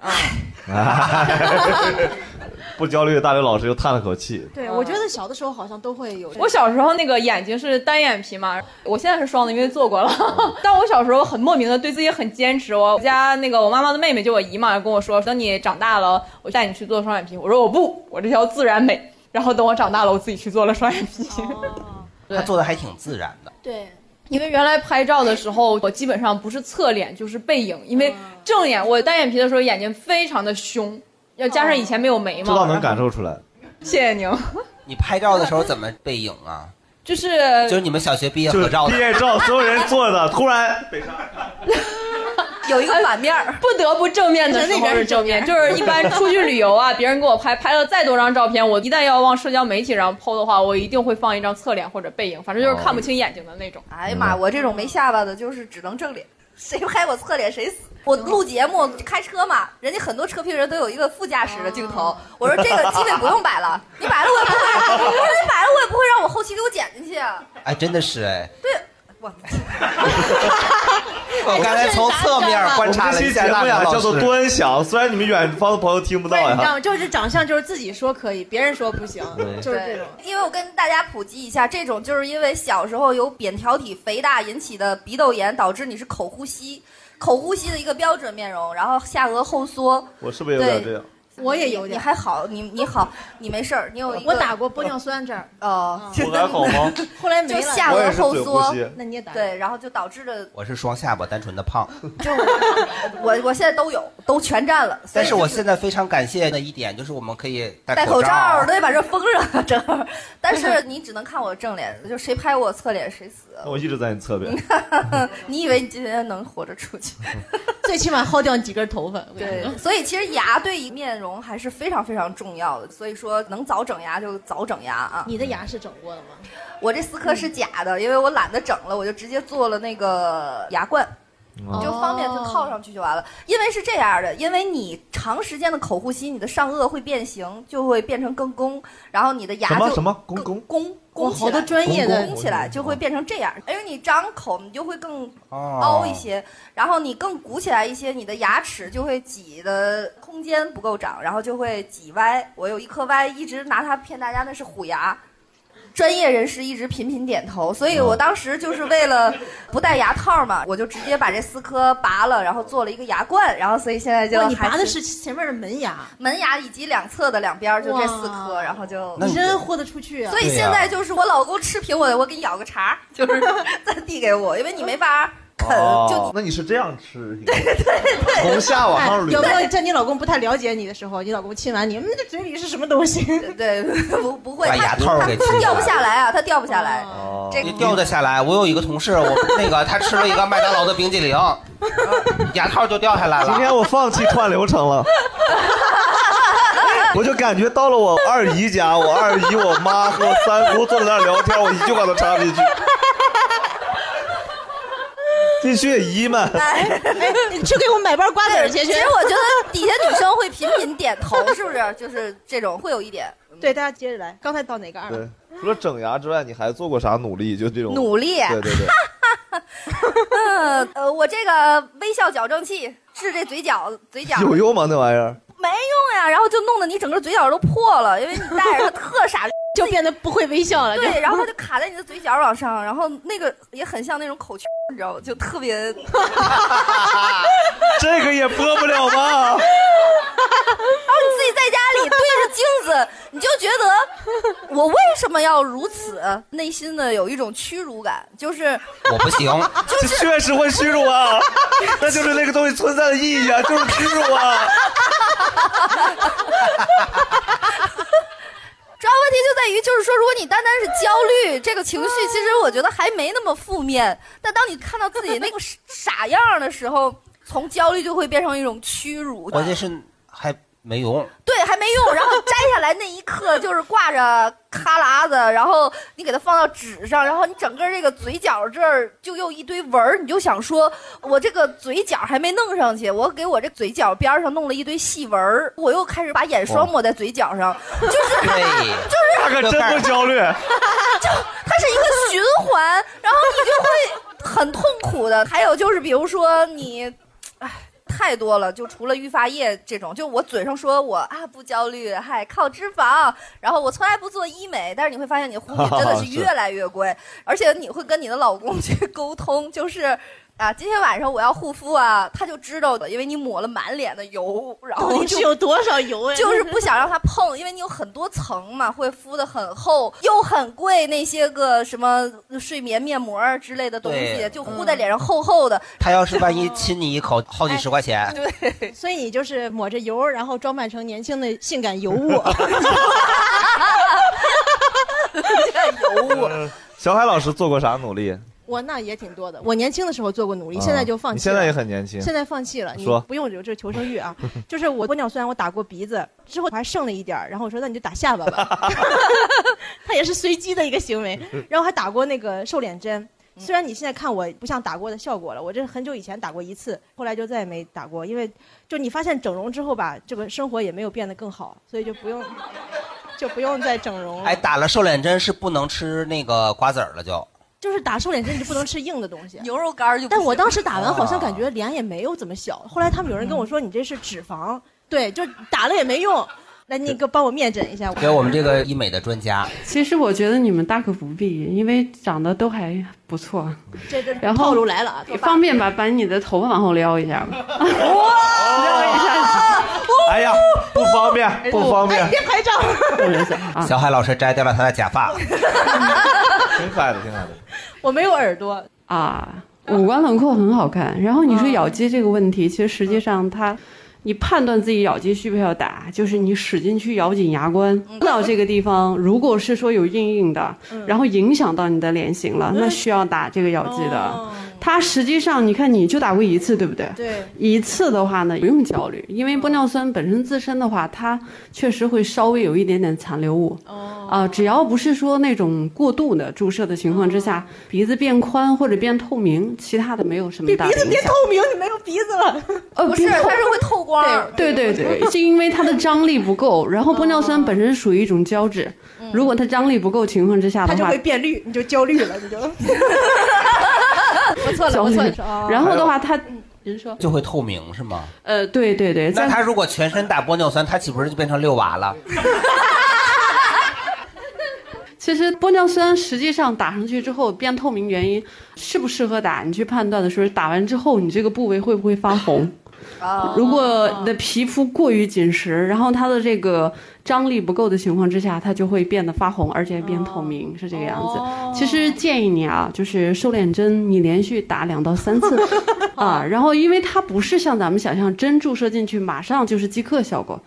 Speaker 5: 哎
Speaker 15: 对，
Speaker 2: [LAUGHS] 不焦虑的大刘老师又叹了口气。
Speaker 5: 对，
Speaker 6: 嗯
Speaker 5: 我觉得小的时候好像都会有。
Speaker 15: 我小时候那个眼睛是单眼皮嘛，我现在是双的，因为做过了。 [LAUGHS] 但我小时候很莫名的对自己很坚持，我家那个我妈妈的妹妹就我姨嘛，跟我说，等你长大了，我带你去做双眼皮。我说我不，我这条自然美。然后等我长大了，我自己去做了双眼皮。
Speaker 5: 哦
Speaker 4: 她做的还挺自然的。
Speaker 5: 对，
Speaker 15: 因为原来拍照的时候，我基本上不是侧脸就是背影，因
Speaker 6: 嗯
Speaker 15: 为正眼我单眼皮的时候眼睛非常的凶，要加
Speaker 6: 嗯
Speaker 15: 上以前没有眉
Speaker 2: 这
Speaker 15: 毛，
Speaker 2: 倒能感受出来。
Speaker 15: 谢谢您。
Speaker 4: 你拍照的时候怎么背影啊？
Speaker 15: 就是
Speaker 4: 就是你们小学毕业合照的
Speaker 2: 毕业照，所有人坐的，突然北沙
Speaker 6: 有一个反面儿，
Speaker 15: 不得不正面的时候是正面，就是一般出去旅游啊，别人给我拍拍了再多张照片，我一旦要往社交媒体上 PO 的话，我一定会放一张侧脸或者背影，反正就
Speaker 2: 哦
Speaker 15: 是看不清眼睛的那种。
Speaker 6: 哎呀妈，我这种没下巴的，就是只能正脸，谁拍我侧脸谁死。我录节目开车嘛，人家很多车评人都有一个副驾驶的镜
Speaker 5: 哦
Speaker 6: 头，我说这个基本不用摆了，你摆了我也不会，我说你摆了我也不会让我后期给我剪进去啊。
Speaker 4: 哎，真的是哎，
Speaker 6: 对，我
Speaker 5: 哎
Speaker 4: 我刚才从侧面观察了一下
Speaker 2: 我
Speaker 4: 大
Speaker 2: 们这期节目
Speaker 4: 刘
Speaker 2: 呀，
Speaker 4: 老师
Speaker 2: 叫做端详，虽然你们远方的朋友听不到
Speaker 5: 你知道
Speaker 2: 呀
Speaker 5: 吗？。就是长相，就是自己说可以，别人说不行
Speaker 2: 对，
Speaker 5: 就是这种。
Speaker 6: 因为我跟大家普及一下，这种就是因为小时候有扁桃体肥大引起的鼻窦炎，导致你是口呼吸，口呼吸的一个标准面容，然后下颚后缩。
Speaker 2: 我是不是有点
Speaker 6: 对
Speaker 2: 这样？
Speaker 5: 我也有
Speaker 6: 你
Speaker 5: 点
Speaker 6: 还好，你你好，你没事儿，你有一个
Speaker 5: 我打过玻尿酸这儿，嗯
Speaker 6: 哦，
Speaker 2: 我还好吗？
Speaker 5: [LAUGHS] 后来没
Speaker 6: 就
Speaker 5: 了。
Speaker 6: 下
Speaker 4: 我也
Speaker 6: 颌
Speaker 4: 是
Speaker 6: 后
Speaker 4: 嘴呼
Speaker 6: 缩
Speaker 4: 吸，
Speaker 5: 那你也打
Speaker 6: 对，然后就导致了
Speaker 4: 我是双下巴，单纯的胖。
Speaker 6: 我我现在都有，都全占了。所以
Speaker 4: 但是我
Speaker 6: 就
Speaker 4: 现在非常感谢的一点就是我们可以
Speaker 6: 戴口
Speaker 4: 口
Speaker 6: 罩，对，把这封上，正
Speaker 4: [LAUGHS]
Speaker 6: 好。但是你只能看我正脸，就谁拍我侧脸谁死。 [LAUGHS]
Speaker 2: 我一直在你侧边。
Speaker 6: 你以为你今天能活着出去？
Speaker 5: 最起码薅掉几根头发。我 [LAUGHS] 跟你
Speaker 6: 对
Speaker 5: 说，
Speaker 6: 所以其实牙对面容还是非常非常重要的。所以说，能早整牙就早整牙啊。
Speaker 5: 你的牙是整过的吗？
Speaker 6: 我这四颗是假的，因为我懒得整了，我就直接做了那个牙冠。
Speaker 5: 哦
Speaker 6: 就方便就套上去就完了，因为是这样的，因为你长时间的口呼吸，你的上颚会变形，就会变成更弓，然后你的牙
Speaker 2: 什
Speaker 6: 就
Speaker 2: 么什么公公
Speaker 6: 弓
Speaker 5: 哇
Speaker 6: 弓起来，
Speaker 5: 好多专业的
Speaker 6: 弓起来就会变成这样，因为你张口你就会更凹一些，然后你更鼓起来一些，你的牙齿就会挤的空间不够长，然后就会挤歪。我有一颗歪，一直拿它骗大家，那是虎牙。专业人士一直频频点头，所以我当时就是为了 [LAUGHS] 不戴牙套嘛，我就直接把这四颗拔了，然后做了一个牙冠，然后所以现在就
Speaker 5: 哇你
Speaker 6: 还
Speaker 5: 拔的
Speaker 6: 挺
Speaker 5: 是前面的门牙，
Speaker 6: 门牙以及两侧的两边儿，就这四颗，
Speaker 5: 哇
Speaker 6: 然后就
Speaker 5: 你真豁得出去啊！
Speaker 6: 所以现在就是我老公吃平我的，我给你咬个茬儿，就是 [LAUGHS] 再递给我，因为你没法啃，
Speaker 2: 哦
Speaker 6: 就，
Speaker 2: 那你是这样吃？ [LAUGHS] 对对对，从下往上
Speaker 5: 哎
Speaker 2: 捋。
Speaker 5: 有没有在你老公不太了解你的时候，你老公亲完你，嗯，这嘴里是什么东西？
Speaker 6: 对，不不会，
Speaker 4: 把
Speaker 6: 它
Speaker 4: 牙套
Speaker 6: 它
Speaker 4: 给
Speaker 6: 它
Speaker 4: 吃
Speaker 6: 掉
Speaker 4: 下
Speaker 6: 不
Speaker 4: 来
Speaker 6: 下来啊，它掉不下来。
Speaker 5: 哦
Speaker 6: 这个
Speaker 4: 你掉得下来。我有一个同事，我那个他吃了一个麦当劳的
Speaker 6: [LAUGHS]
Speaker 4: 冰激凌，牙套就掉下来
Speaker 2: [LAUGHS] 今
Speaker 4: 了。
Speaker 2: 天我放弃串流程
Speaker 5: [LAUGHS]
Speaker 2: 了，我就感觉到了我二姨家，我二姨、我妈和我三姑坐在那儿聊天，我一句话都插
Speaker 5: [LAUGHS]
Speaker 2: 不进去。继续，姨们，
Speaker 5: 哎你去给我买包瓜子儿去去。
Speaker 6: 其实我觉得底下女生会频频点头，是不是？就是这种会有一点嗯
Speaker 5: 对大家接着来，刚才到哪个二了？
Speaker 2: 对，除了整牙之外，你还做过啥努力？就这种
Speaker 6: 努力
Speaker 2: 对对
Speaker 5: [LAUGHS]
Speaker 2: 对，
Speaker 6: [LAUGHS] 嗯呃，我这个微笑矫正器治这嘴角嘴角
Speaker 2: 有用吗？那玩意儿？
Speaker 6: 没用呀，然后就弄得你整个嘴角都破了，因为你戴着它特傻，
Speaker 5: [LAUGHS] 就变得不会微笑了。
Speaker 6: [LAUGHS] 对，然后它就卡在你的嘴角往上，然后那个也很像那种口腔，你知道吗？就特 [LAUGHS] 别，
Speaker 2: 这个也播不了
Speaker 6: 然
Speaker 2: 吗？
Speaker 6: 后你自己在家里对着镜子，你就觉得我为什么要如此？内心的有一种屈辱感，就是
Speaker 4: [LAUGHS] 我不行，
Speaker 2: 这确实会屈辱
Speaker 5: [LAUGHS]
Speaker 2: 啊，那就是那个东西存在的意义啊，就是屈辱啊。
Speaker 6: [LAUGHS] 主要问题就在于，就是说，如果你单单是焦虑这个情绪，其实我觉得还没那么负面。但当你看到自己那个 [LAUGHS] 傻傻样儿的时候，从焦虑就会变成一种屈辱。
Speaker 4: 关键是还没用。
Speaker 6: 对，还没用。然后摘下来那一刻，就是挂着哈喇子，然后你给它放到纸上，然后你整个这个嘴角这儿就又一堆纹儿，你就想说，我这个嘴角还没弄上去，我给我这嘴角边儿上弄了一堆细纹儿，我又开始把眼霜抹在嘴角上，就是
Speaker 4: 对，
Speaker 6: 就是
Speaker 2: 他可真不焦虑，
Speaker 6: 就它是一个循环，然后你就会很痛苦的。还有就是，比如说你，唉，太多了，就除了育发液这种，就我嘴上说我啊不焦虑，嗨，靠脂肪，然后我从来不做医美，但是你会发现你的护理真的是
Speaker 13: 是
Speaker 6: 越来越贵，而且你会跟你的老公去沟通，就是。啊，今天晚上我要护肤啊，他就知道了，因为你抹了满脸的油，然后
Speaker 5: 到
Speaker 6: [LAUGHS]
Speaker 5: 底
Speaker 6: 就是
Speaker 5: 有多少油呀
Speaker 6: [LAUGHS]
Speaker 5: [LAUGHS]
Speaker 6: 就是不想让它碰，因为你有很多层嘛，会敷的很厚，又很贵，那些个什么睡眠面膜儿之类的东西，
Speaker 4: 对
Speaker 6: 就敷在脸上厚厚的。
Speaker 4: 他要是万一亲你一口，好几十块钱。
Speaker 6: 哎
Speaker 5: 对，所以你就是抹着油，然后装扮成年轻的
Speaker 6: [LAUGHS]
Speaker 5: 性感尤物。
Speaker 4: 嗯
Speaker 2: 呃小海老师做过啥努力？
Speaker 5: 我那也挺多的，我年轻的时候做过努力，
Speaker 2: 啊
Speaker 5: 现在就放弃了。
Speaker 2: 你现在也很年轻
Speaker 5: 现在放弃了。你
Speaker 2: 说
Speaker 5: 不用有这求生欲啊， [LAUGHS] 就是我玻尿酸我打过鼻子之后还剩了一点儿，然后我说那你就打下巴吧， [LAUGHS] 它也是随机的一个行为。然后还打过那个瘦脸针，虽然你现在看我不像打过的效果了，我这很久以前打过一次，后来就再也没打过，因为就你发现整容之后吧，这个生活也没有变得更好，所以就不用就不用再整容了。
Speaker 4: 哎，打了瘦脸针是不能吃那个瓜子儿了就。
Speaker 5: 就是打瘦脸针，你就不能吃硬的东西，
Speaker 6: [LAUGHS] 牛肉干就。
Speaker 5: 但我当时打完好像
Speaker 2: 啊
Speaker 5: 感觉脸也没有怎么小，后来他们有人跟我说你这是脂肪，对，就打了也没用。来，那个帮我面诊一下。
Speaker 4: 给我们这个医美的专家，
Speaker 16: 其实我觉得你们大可不必，因为长得都还不错。
Speaker 5: 这这
Speaker 16: 然后
Speaker 5: 套路来了啊，
Speaker 16: 方便把把你的头发往后撩一下吗？
Speaker 2: 哎呀，不方便，不方便。
Speaker 5: 哎别
Speaker 2: [LAUGHS]
Speaker 5: 拍照。
Speaker 16: 啊
Speaker 4: 小海老师摘掉了他的假
Speaker 16: [LAUGHS]
Speaker 4: 发。
Speaker 2: 挺可爱的，挺可爱的。
Speaker 5: [LAUGHS] 我没有耳朵，嗯
Speaker 16: 啊，五官轮廓很好看。然后你说咬肌这个问题，其实实际上它，你判断自己咬肌需不需要打，就是你使劲去咬紧牙关，
Speaker 5: 嗯
Speaker 16: 到这个地方，如果是说有硬硬的，然后影响到你的脸型
Speaker 5: 嗯
Speaker 16: 了，那需要打这个咬肌的。它实际上，你看你就打过一次，对不对？
Speaker 5: 哦对，
Speaker 16: 一次的话呢，不用焦虑，因为玻尿酸本身自身的话，它确实会稍微有一点点残留物。哦，啊，只要不是说那种过度的注射的情况之
Speaker 6: 哦
Speaker 16: 下，鼻子变宽或者变透明，其他的没有什么
Speaker 5: 你
Speaker 16: 大
Speaker 5: 鼻
Speaker 16: 的
Speaker 5: 子
Speaker 16: 影
Speaker 5: 别
Speaker 16: 响
Speaker 5: 透。明，你没有鼻子了。
Speaker 16: 呃
Speaker 6: 不是，
Speaker 16: 鼻子
Speaker 6: 它是会透光儿。嗯
Speaker 16: 对对对，是因为它的张力
Speaker 6: [LAUGHS]
Speaker 16: 不够，然后玻尿
Speaker 6: 哦
Speaker 16: 酸本身属于一种胶质，
Speaker 6: 嗯
Speaker 16: 如果它张力不够情况之下
Speaker 5: 它
Speaker 16: 的
Speaker 5: 就
Speaker 16: 话
Speaker 5: 会，变绿，你就焦虑了，你就。
Speaker 6: 我呃错了，我错了。哦
Speaker 16: 然后的话它，您说，
Speaker 4: 就会透明是吗？
Speaker 16: 呃，对对对，
Speaker 4: 那
Speaker 16: 在
Speaker 4: 他如果全身打玻尿酸，他岂不是就变成六娃了？
Speaker 16: 其实玻尿酸实际上打上去之后变透明，原因适不适合打，你去判断的时候，打完之后你这个部位会不会发红？如果你的皮肤过于紧实，然后它的这个张力不够的情况之下，它就会变得发红，而且变透明，是这个样子。其实建议你啊，就是瘦脸针，你连续打两到三次啊，然后因为它不是像咱们想象针注射进去马上就是即刻效果，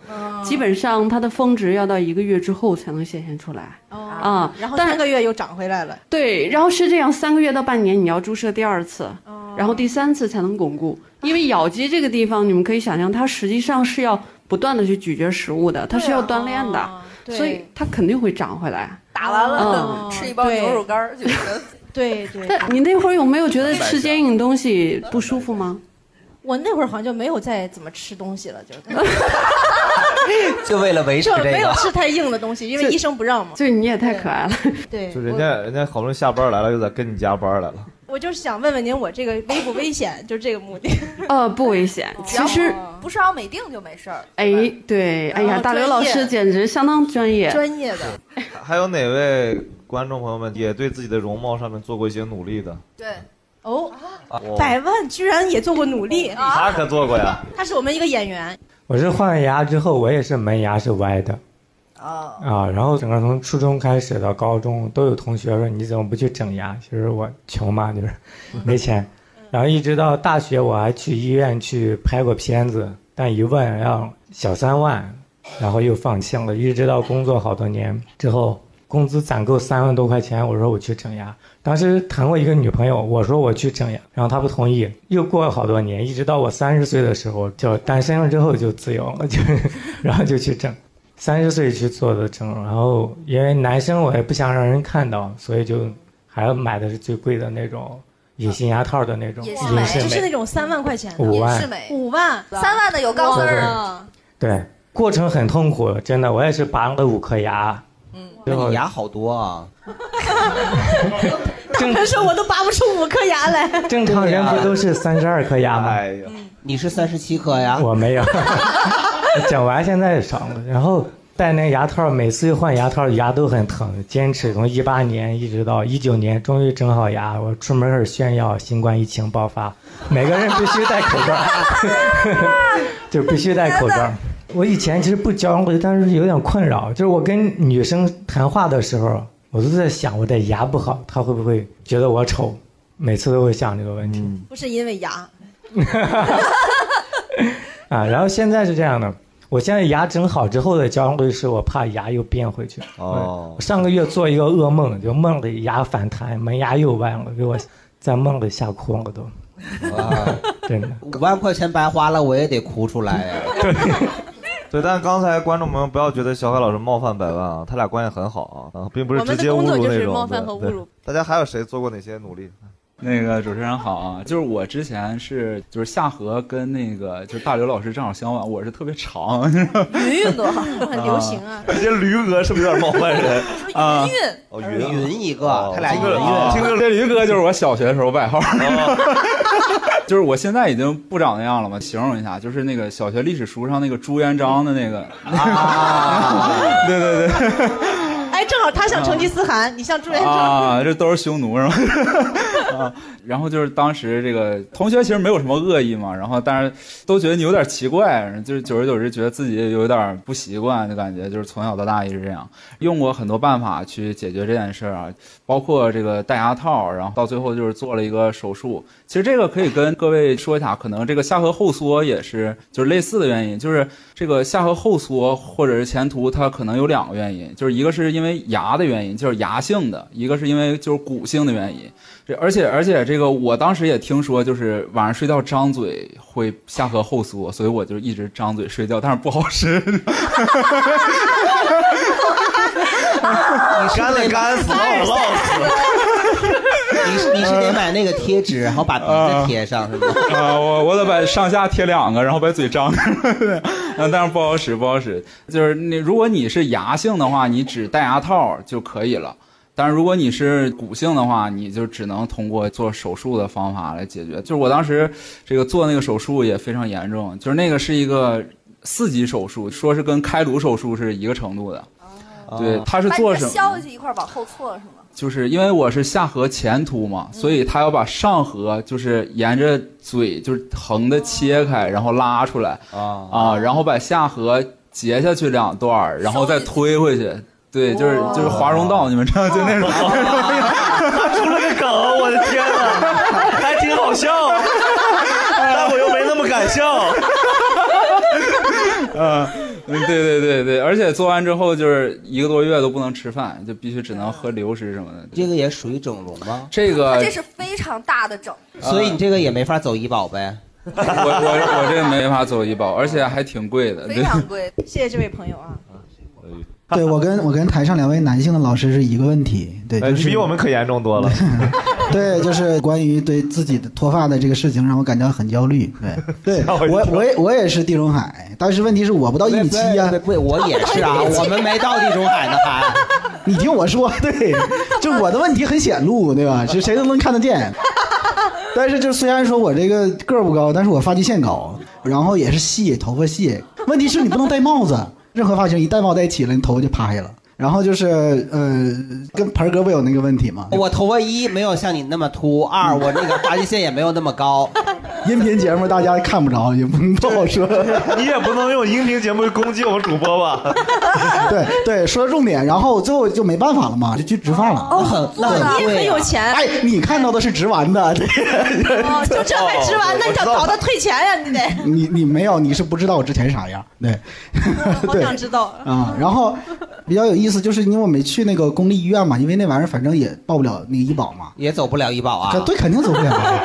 Speaker 16: 基本上它的峰值要到一个月之后才能显现出来
Speaker 5: 哦
Speaker 6: 哦
Speaker 16: 啊。
Speaker 5: 然后
Speaker 16: 但是
Speaker 5: 三个月又长回来了。
Speaker 16: 对，然后是这样，三个月到半年你要注射第二次，
Speaker 6: 哦
Speaker 16: 然后第三次才能巩固。因为咬肌这个地方，你们可以想象，它实际上是要不断的去咀嚼食物的，它是要锻炼的，所以它肯定会长回来。
Speaker 6: 啊打完了
Speaker 16: 嗯
Speaker 6: [LAUGHS] 吃一包牛肉干儿，就觉得
Speaker 5: [LAUGHS] 对对。
Speaker 16: 但你那会儿有没有觉得吃坚硬东西不舒服吗？
Speaker 5: 我那会儿好像就没有再怎么吃东西
Speaker 16: [LAUGHS]
Speaker 5: 了，就是
Speaker 4: 就为了维持
Speaker 5: 就
Speaker 4: 这
Speaker 5: 没有
Speaker 4: 个。
Speaker 5: 吃太硬的东西，因为医生不让嘛。
Speaker 16: 对，你也太可爱了。
Speaker 5: 对，
Speaker 2: 就人家人家好不容易下班来了，又得跟你加班来了。
Speaker 5: 我就是想问问您，我这个危不危险？就是这个目的。
Speaker 16: 呃，不危险。 [LAUGHS]
Speaker 5: 嗯
Speaker 16: 其实，
Speaker 6: 不是奥美定就没事儿。
Speaker 16: 哎，对，哎呀，大刘老师简直相当专业，
Speaker 5: 专业的。
Speaker 2: 还有哪位观众朋友们也对自己的容貌上面做过一些努力的？
Speaker 5: 对。哦，
Speaker 2: 哇
Speaker 5: 百万居然也做过努力，
Speaker 6: 啊
Speaker 2: 他可做过呀。
Speaker 5: 他是我们一个演员。
Speaker 17: 我是换了牙之后，我也是门牙是歪的。
Speaker 5: 哦，
Speaker 17: 啊，然后整个从初中开始到高中，都有同学说你怎么不去整牙？其实我穷嘛，就是没钱。然后一直到大学，我还去医院去拍过片子，但一问要小三万，然后又放弃了，一直到工作好多年之后，工资攒够三万多块钱，我说我去整牙。当时谈过一个女朋友，我说我去整牙，然后她不同意。又过了好多年，一直到我三十岁的时候，就单身了之后就自由了，就是 [LAUGHS] 然后就去整。三十岁去做的整容，然后因为男生我也不想让人看到，所以就还买的是最贵的那种隐形牙套的那种，隐
Speaker 5: 是美，
Speaker 17: 适
Speaker 5: 就是那种三万块钱的，
Speaker 17: 五万
Speaker 5: 隐适美，五万，
Speaker 6: 三万的有钢丝儿
Speaker 5: 哇
Speaker 17: 对，过程很痛苦，真的，我也是拔了五颗牙。
Speaker 4: 嗯，
Speaker 17: 那你
Speaker 4: 牙好多啊！
Speaker 5: [LAUGHS] 大人说我都拔不出五颗牙来。
Speaker 17: [LAUGHS] 正常人不啊都是三十二颗牙吗？
Speaker 4: 啊哎你是三十七颗呀？
Speaker 17: 我没有， [LAUGHS] 整完现在少了。然后戴那牙套，每次换牙套牙都很疼，坚持从一八年一直到一九年，终于整好牙。我出门儿炫耀新冠疫情爆发，每个人必须戴口罩， [LAUGHS] 就必须戴口罩。我以前其实不焦虑，但是有点困扰，就是我跟女生谈话的时候，我都在想我的牙不好，她会不会觉得我丑？每次都会想这个问题。
Speaker 5: 不是因为牙，
Speaker 17: 啊，然后现在是这样的，我现在牙整好之后的焦虑是我怕牙又变回去。
Speaker 2: 哦，
Speaker 17: 我上个月做一个噩梦，就梦里牙反弹，门牙又弯了，给我在梦里吓哭了都。
Speaker 4: 哇，
Speaker 17: [LAUGHS] 真的，
Speaker 4: 五万块钱白花了，我也得哭出来呀！
Speaker 2: [LAUGHS] 对，但刚才观众朋友不要觉得小海老师冒犯百万啊，他俩关系很好啊，啊并不是
Speaker 5: 我
Speaker 2: 直
Speaker 5: 们
Speaker 2: 接
Speaker 5: 的
Speaker 2: 侮
Speaker 5: 工作
Speaker 2: 辱
Speaker 5: 就
Speaker 2: 那
Speaker 5: 是
Speaker 2: 种。
Speaker 5: 冒犯和侮辱。
Speaker 2: 大家还有谁做过哪些努力？
Speaker 13: 那个主持人好啊，就是我之前是就是夏河跟那个就是大刘老师正好相反，我是特别长，
Speaker 5: 云运动很流行
Speaker 13: [LAUGHS]
Speaker 5: 啊。
Speaker 2: 这些驴哥是不是有点冒犯人
Speaker 13: 啊？
Speaker 2: 哦，云
Speaker 4: 云一个，他俩一
Speaker 13: 听
Speaker 4: 个哦
Speaker 13: 着
Speaker 4: 月。
Speaker 13: 哦听
Speaker 4: [LAUGHS]
Speaker 13: 着，这驴哥就是我小学的时候外号， [LAUGHS] 就是我现在已经不长那样了嘛，形容一下，就是那个小学历史书上那个朱元璋的那个，对对对。
Speaker 5: [LAUGHS] 哎，正好他像成吉思汗，你像朱元璋。
Speaker 13: 啊，这都是匈奴是吗？啊，然后就是当时这个同学其实没有什么恶意嘛，然后但是都觉得你有点奇怪，就是久而久之觉得自己有点不习惯，就感觉就是从小到大一直这样，用过很多办法去解决这件事儿啊，包括这个戴牙套，然后到最后就是做了一个手术。其实这个可以跟各位说一下，可能这个下颌后缩也是就是类似的原因，就是这个下颌后缩或者是前凸，它可能有两个原因，就是一个是因为牙的原因，就是牙性的；一个是因为就是骨性的原因。这而且而且这个我当时也听说，就是晚上睡觉张嘴会下颌后缩，所以我就一直张嘴睡觉，但是不好使。
Speaker 4: [LAUGHS]
Speaker 2: 你干了干死，
Speaker 4: 涝
Speaker 2: 涝
Speaker 4: 了
Speaker 2: 了涝死。
Speaker 4: 你是你是得买那个贴纸，然后
Speaker 12: [LAUGHS]
Speaker 4: 把鼻
Speaker 12: 呃
Speaker 4: 子啊贴上，是吗？
Speaker 13: 啊，我我得把上下贴两个，然后把嘴张开。 [LAUGHS] 嗯，但是不好使，不好使。就是你，如果你是牙性的话，你只戴牙套就可以了。但是如果你是骨性的话，你就只能通过做手术的方法来解决。就是我当时这个做那个手术也非常严重，就是那个是一个四级手术，说是跟开颅手术是一个程度的。对，他是
Speaker 6: 把
Speaker 13: 做
Speaker 6: 你
Speaker 13: 什
Speaker 6: 的
Speaker 13: 么？
Speaker 6: 削下去一块儿往后错是吗？
Speaker 13: 就是因为我是下颌前凸嘛，
Speaker 6: 嗯
Speaker 13: 所以他要把上颌就是沿着嘴就是横的切开，然后拉出来
Speaker 2: 啊
Speaker 13: 然后把下颌截下去两段
Speaker 6: 哦
Speaker 13: 儿，然后再推回去。对，就是就是华容道，你们知道就那种。
Speaker 6: 哦
Speaker 13: [LAUGHS]
Speaker 2: 他 [LAUGHS] 出了个梗，我的天哪，还挺好笑，但我又没那么敢笑。
Speaker 13: 嗯，对对对对，而且做完之后就是一个多月都不能吃饭，就必须只能喝流食什么的。
Speaker 4: 这个也属于整容吗？
Speaker 13: 这
Speaker 6: 它
Speaker 13: 个
Speaker 6: 啊
Speaker 13: 呃
Speaker 6: 这是非常大的整，
Speaker 4: 呃所以你这个也没法走医保呗。
Speaker 13: 我我我这没法走医保，而且还挺贵的。对。
Speaker 5: [LAUGHS]
Speaker 6: 贵。
Speaker 5: 谢谢这位朋友啊，
Speaker 12: 对我跟我跟台上两位男性的老师是一个问题，对，
Speaker 2: 哎
Speaker 12: 就
Speaker 2: 你
Speaker 12: 是
Speaker 2: 比我们可严重多了。
Speaker 12: 对，就是关于对自己的脱发的这个事情，让我感到很焦虑。
Speaker 2: [LAUGHS]
Speaker 12: 对，对我我也我也是地中海，但是问题是我不到一米七呀、
Speaker 4: 对，我也是
Speaker 12: [LAUGHS]
Speaker 4: 啊，我们没到地中海呢，还。
Speaker 12: 你听我说，对，就我的问题很显露，对吧？就谁都能看得见。但是就虽然说我这个个儿不高，但是我发际线高，然后也是细，头发细。问题是你不能戴帽子，任何发型一戴帽戴起了，你头发就趴下了。然后就是呃，跟盆儿哥问有那个问题嘛，
Speaker 4: 我头发一没有像你那么秃，二我那个发际线也没有那么
Speaker 12: [LAUGHS]
Speaker 4: 高。
Speaker 12: 音频节目大家看不着，也不不好说。
Speaker 2: [LAUGHS] 你也不能用音频节目攻击我们主播吧？
Speaker 12: [LAUGHS] 对对，说重点，然后最后就没办法了嘛，就去植发了。
Speaker 4: 哦，
Speaker 12: 那很
Speaker 5: 你也很有钱
Speaker 12: 哎，你看到的是植完的，
Speaker 5: 哦，就这还值完，那你得倒他退钱呀，你得。
Speaker 12: 你你没有，你是不知道我之前啥样。对，
Speaker 5: 哦嗯好
Speaker 12: [LAUGHS] 对
Speaker 5: 想知道。
Speaker 12: 啊、然后比较有意思，就是因为我没去那个公立医院嘛，因为那玩意儿反正也报不了那个医保嘛，
Speaker 4: 也走不了医保啊
Speaker 12: 这。对，肯定走不
Speaker 5: [LAUGHS]
Speaker 12: 了。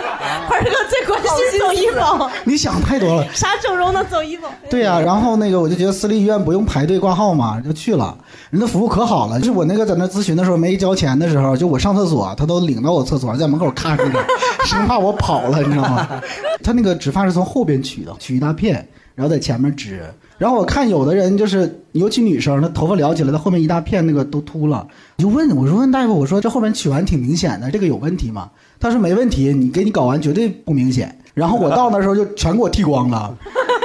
Speaker 5: 盆哥最关心走医保，
Speaker 12: [LAUGHS] 你想太多了。
Speaker 5: 啥整容能走医保？
Speaker 12: [LAUGHS] 对呀、然后那个我就觉得私立医院不用排队挂号嘛，就去了。人家服务可好了，就是我那个在那咨询的时候没交钱的时候，就我上厕所，他都领到我厕所，在门口看着 [LAUGHS] 我，生怕我跑了，你知道吗？ [LAUGHS] 他那个植发是从后边取的，取一大片，然后在前面植。然后我看有的人就是，尤其女生，她头发撩起来，她后面一大片那个都秃了。我就问，我说问大夫，我说这后面取完挺明显的，这个有问题吗？他说没问题，你给你搞完绝对不明显。然后我到那时候就全给我剃光了。